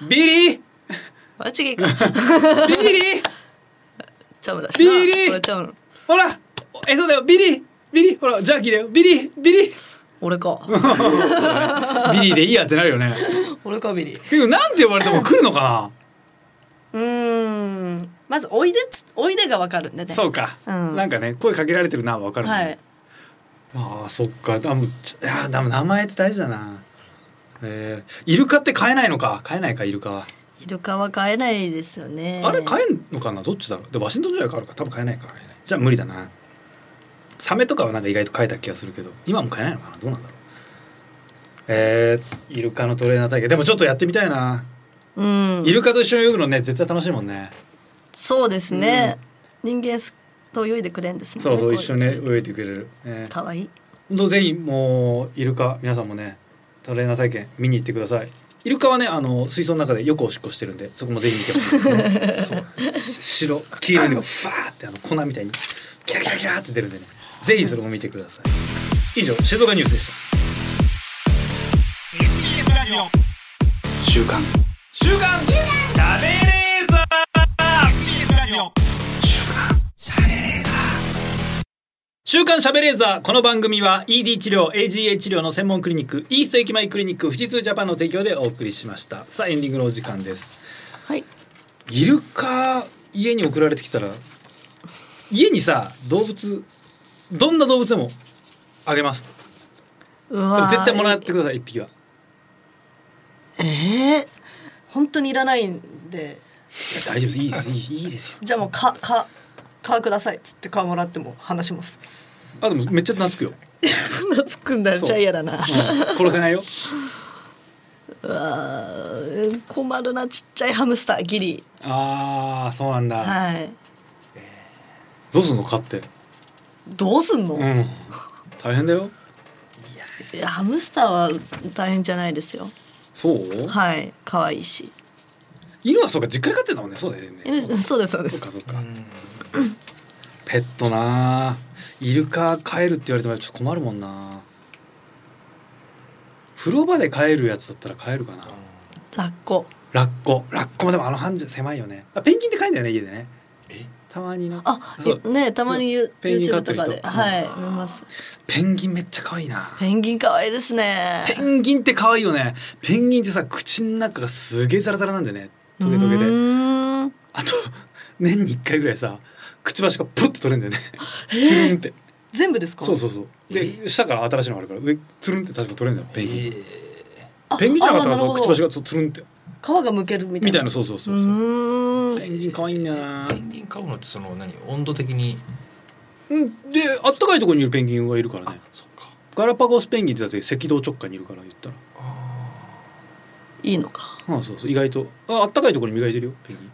[SPEAKER 2] ビリー
[SPEAKER 3] あ違うか
[SPEAKER 2] ビリー
[SPEAKER 3] チャムだしな
[SPEAKER 2] ビリー
[SPEAKER 3] これチャム
[SPEAKER 2] ほらえそうだよビリービリーほらジャーキーだよビリービリー
[SPEAKER 3] 俺か
[SPEAKER 2] ビリーでいいやってなるよね
[SPEAKER 3] 俺かビリー
[SPEAKER 2] けどなんて呼ばれても来るのかな
[SPEAKER 3] うーんまずおいでっつおいでがわかるんでね
[SPEAKER 2] そうか、
[SPEAKER 3] うん
[SPEAKER 2] なんかね声かけられてるなわかるもんね、
[SPEAKER 3] はい
[SPEAKER 2] ああそっかあもうちいやーでも名前って大事だなえー、イルカって飼えないのか飼えないかイルカは、
[SPEAKER 3] イルカは飼えないですよね
[SPEAKER 2] あれ飼えんのかなどっちだろうでワシントン条約あるから多分飼えないかじゃあ無理だなサメとかはなんか意外と飼えた気がするけど今も飼えないのかなどうなんだろうえー、イルカのトレーナー体験でもちょっとやってみたいな、
[SPEAKER 3] うん
[SPEAKER 2] イルカと一緒に泳ぐのね絶対楽しいもんね
[SPEAKER 3] そうですね。人間と泳いでくれんですもん
[SPEAKER 2] そうそう一緒にね
[SPEAKER 3] こい
[SPEAKER 2] 泳いでくれる、ね
[SPEAKER 3] つ、かわいい。
[SPEAKER 2] 本当ぜひもうイルカ皆さんもねトレーナー体験見に行ってくださいイルカはねあの水槽の中でよくおしっこしてるんでそこもぜひ見てほしいですねそうし白黄色いのがファーってあの粉みたいにキラキラキラって出るんでねぜひそれも見てください以上静岡ニュースでした週刊しゃべレーザーこの番組は ED 治療 AGA 治療の専門クリニックイースト駅前クリニック富士通ジャパンの提供でお送りしましたさあエンディングのお時間です
[SPEAKER 3] はい。
[SPEAKER 2] イルカ家に送られてきたら家にさ動物どんな動物でもあげます
[SPEAKER 3] う
[SPEAKER 2] で
[SPEAKER 3] わ
[SPEAKER 2] も
[SPEAKER 3] ー。
[SPEAKER 2] 絶対もらってください一匹は
[SPEAKER 3] ええ本当にいらないんで、
[SPEAKER 2] いや大丈夫ですいいですいいいいですよ
[SPEAKER 3] じゃあもうかかかくださいっつってかもらっても話します。
[SPEAKER 2] あでもめっちゃ懐くよ、
[SPEAKER 3] 懐くんだ
[SPEAKER 2] そう
[SPEAKER 3] じゃあ嫌だ
[SPEAKER 2] う
[SPEAKER 3] な。
[SPEAKER 2] ん殺せないよ
[SPEAKER 3] うわー困るなちっちゃいハムスターギリ。
[SPEAKER 2] あーそうなんだ、
[SPEAKER 3] はい。
[SPEAKER 2] どうすんの飼って
[SPEAKER 3] どうすんの？
[SPEAKER 2] うん大変だよ
[SPEAKER 3] いやハムスターは大変じゃないですよ。
[SPEAKER 2] そう、
[SPEAKER 3] はい。可愛いし。
[SPEAKER 2] 犬はそうか実家で飼ってんだもんねそうだよね
[SPEAKER 3] え そうですそうで
[SPEAKER 2] そう
[SPEAKER 3] す
[SPEAKER 2] か。そうかペットなあイルカ飼えるって言われてもちょっと困るもんな風呂場で飼えるやつだったら飼えるかな
[SPEAKER 3] ラッコ。
[SPEAKER 2] ラッコラッコもでもあの範疇狭いよねあペンギンって飼えんだよね家でね
[SPEAKER 5] え
[SPEAKER 2] たまにな
[SPEAKER 3] あ
[SPEAKER 2] そう
[SPEAKER 3] ねたまにユ
[SPEAKER 2] ペンギン飼
[SPEAKER 3] YouTube
[SPEAKER 2] って
[SPEAKER 3] と
[SPEAKER 2] る
[SPEAKER 3] か
[SPEAKER 2] 人
[SPEAKER 3] ではい見ます。
[SPEAKER 2] ペンギンめっちゃ可愛いな
[SPEAKER 3] ペンギン可愛いですね。
[SPEAKER 2] ペンギンって可愛いよねペンギンってさ口の中がすげえザラザラなんでねトゲトゲ
[SPEAKER 3] う
[SPEAKER 2] で
[SPEAKER 3] ーん
[SPEAKER 2] あと年に1回ぐらいさくちばしがプッと取れんだよねズルンって
[SPEAKER 3] 全部ですか。
[SPEAKER 2] そうそうそうで、下から新しいのあるから上つるんって確か取れるんだよペンギン、
[SPEAKER 3] あ
[SPEAKER 2] ペンギンじゃなかったから
[SPEAKER 3] あ
[SPEAKER 2] そ
[SPEAKER 3] ー
[SPEAKER 2] の
[SPEAKER 3] なる
[SPEAKER 2] くちば
[SPEAKER 3] ほど
[SPEAKER 2] しがつるんって
[SPEAKER 3] 皮が剥けるみたいな。
[SPEAKER 2] みたいなそうそうそう
[SPEAKER 3] う
[SPEAKER 2] そう
[SPEAKER 3] ーん
[SPEAKER 2] ペンギン可愛いんだよな
[SPEAKER 5] ペンギン飼うのってその何温度的に
[SPEAKER 2] うんであったかいところにいるペンギンがいるからね
[SPEAKER 5] そっか
[SPEAKER 2] ガラパゴスペンギンってだって赤道直下にいるから言ったら
[SPEAKER 3] いいのか
[SPEAKER 2] ああそうそう意外とああったかいところに磨いてるよペンギン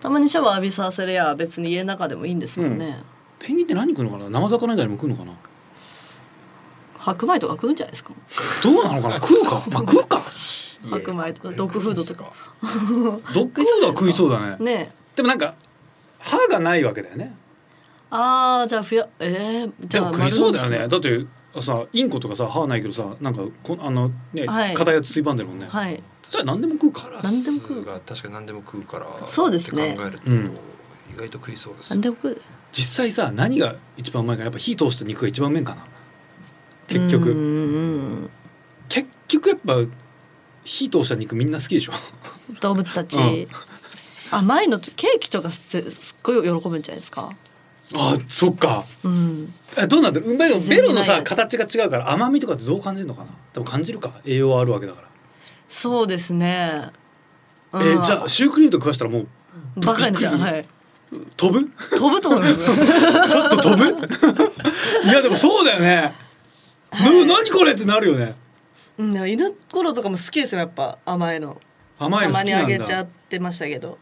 [SPEAKER 3] たまにシャワー浴びさせりゃ別に家の中でもいいんですもんね、
[SPEAKER 2] ペンギンって何食うのかな生魚以外にも食うのかな
[SPEAKER 3] 白米とか食うんじゃないですか
[SPEAKER 2] どうなのかな食うかまあ食うか
[SPEAKER 3] 白米とかドッグフードとか
[SPEAKER 2] ドッグフードは食いそうだね
[SPEAKER 3] ねえ
[SPEAKER 2] でもなんか歯がないわけだよね
[SPEAKER 3] あーじゃあふやえー、じ
[SPEAKER 2] で
[SPEAKER 3] ゃ
[SPEAKER 2] も
[SPEAKER 3] あ
[SPEAKER 2] 食いそうだよ
[SPEAKER 3] 丸
[SPEAKER 2] ね
[SPEAKER 3] の
[SPEAKER 2] だってさインコとかさ歯ないけどさなんかこあのね、
[SPEAKER 3] はい
[SPEAKER 2] 片やつついばんでるもんね、
[SPEAKER 3] 内はい
[SPEAKER 2] だから何でも食うか
[SPEAKER 5] カ
[SPEAKER 2] ら
[SPEAKER 5] ラ
[SPEAKER 3] 何
[SPEAKER 5] ス
[SPEAKER 3] でも食う
[SPEAKER 5] が確かに何でも食うから
[SPEAKER 3] そうです
[SPEAKER 5] っ
[SPEAKER 3] ね
[SPEAKER 5] て考えると、
[SPEAKER 2] うん
[SPEAKER 5] 意外と食いそうです
[SPEAKER 3] なんでも食う
[SPEAKER 2] 実際さ何が一番うまいかやっぱ火通した肉が一番うめえんかな結局
[SPEAKER 3] うんうん
[SPEAKER 2] 結局やっぱ火通した肉みんな好きでしょ
[SPEAKER 3] うん動物たち、
[SPEAKER 2] うん
[SPEAKER 3] 甘いのとケーキとかすすっごい喜ぶんじゃないですか
[SPEAKER 2] あそっか
[SPEAKER 3] うん
[SPEAKER 2] えどうなんだろううんだけど
[SPEAKER 3] 自然
[SPEAKER 2] ベ
[SPEAKER 3] に
[SPEAKER 2] ロの
[SPEAKER 3] ない
[SPEAKER 2] さ
[SPEAKER 3] 味
[SPEAKER 2] 形が違うから甘みとかってどう感じるのかな多分感じるか栄養はあるわけだから、
[SPEAKER 3] そうですね、うん
[SPEAKER 2] えーじゃあシュークリームとか食わしたらもう
[SPEAKER 3] バカになっちゃ
[SPEAKER 2] びっくりす
[SPEAKER 3] う
[SPEAKER 2] る
[SPEAKER 3] はい
[SPEAKER 2] 飛ぶ
[SPEAKER 3] 飛ぶと思います
[SPEAKER 2] ちょっと飛 ぶいやでもそうだよね、な何これってなるよね
[SPEAKER 3] うんでも犬頃とかも好きですよやっぱ甘いの
[SPEAKER 2] 甘い
[SPEAKER 3] た
[SPEAKER 2] の好
[SPEAKER 3] ま
[SPEAKER 2] き
[SPEAKER 3] に
[SPEAKER 2] な
[SPEAKER 3] あ
[SPEAKER 2] ん
[SPEAKER 3] げちゃ
[SPEAKER 2] だ
[SPEAKER 3] ってましたけど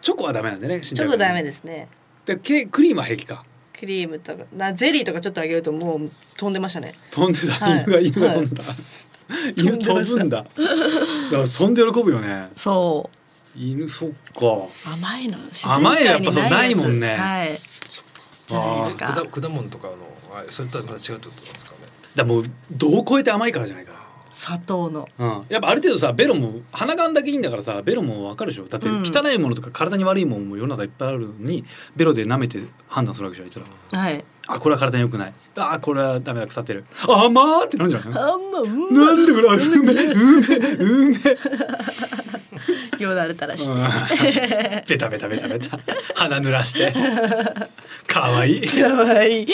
[SPEAKER 2] チョコはダメなんでねチ
[SPEAKER 3] チョコダメ
[SPEAKER 2] で
[SPEAKER 3] ですね
[SPEAKER 2] でケクリームは平気か
[SPEAKER 3] クリームとかなゼリーとかちょっとあげるともう飛んでましたね
[SPEAKER 2] 飛んでた、
[SPEAKER 3] はい
[SPEAKER 2] 犬が犬が飛んでた、 犬飛ぶんだだからそんで喜ぶよね
[SPEAKER 3] そ
[SPEAKER 2] 犬そっか
[SPEAKER 3] う甘いの自然界に
[SPEAKER 2] 甘いのやっぱそうないもんね
[SPEAKER 3] はいじゃないです
[SPEAKER 5] 果
[SPEAKER 3] か
[SPEAKER 5] 果物とかのあそれとはまた違うってことなんですかね
[SPEAKER 2] だからもうどう超えて甘いからじゃないか
[SPEAKER 3] 砂糖の
[SPEAKER 2] な、うん、やっぱある程度さベロも鼻がんだけいいんだからさベロもわかるでしょだって
[SPEAKER 3] うん
[SPEAKER 2] 汚いものとか体に悪いものも世の中いっぱいあるのにベロで舐めて判断するわけじゃんあいつら
[SPEAKER 3] はい
[SPEAKER 2] あこれは体に良くないあこれはダメだ腐ってるあ甘ーってなるんじゃない
[SPEAKER 3] あんまう ん
[SPEAKER 2] なんでこれあうめうめうめ
[SPEAKER 3] よだれたらして、
[SPEAKER 2] うん ベタベタベタベタ鼻濡らして可愛い い、
[SPEAKER 3] かわいい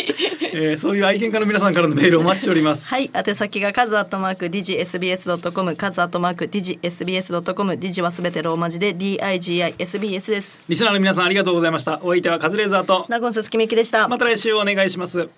[SPEAKER 2] えー、そういう愛犬家の皆さんからのメールをお待ちしております
[SPEAKER 3] はい宛先がカズアットマークディジ SBS.com カズアットマークディジ SBS.com ディジはすべてローマ字で DIGISBS です
[SPEAKER 2] リスナーの皆さんありがとうございましたお相手はカズレーザーと
[SPEAKER 3] ナゴンススキミキでした
[SPEAKER 2] また来週お願いします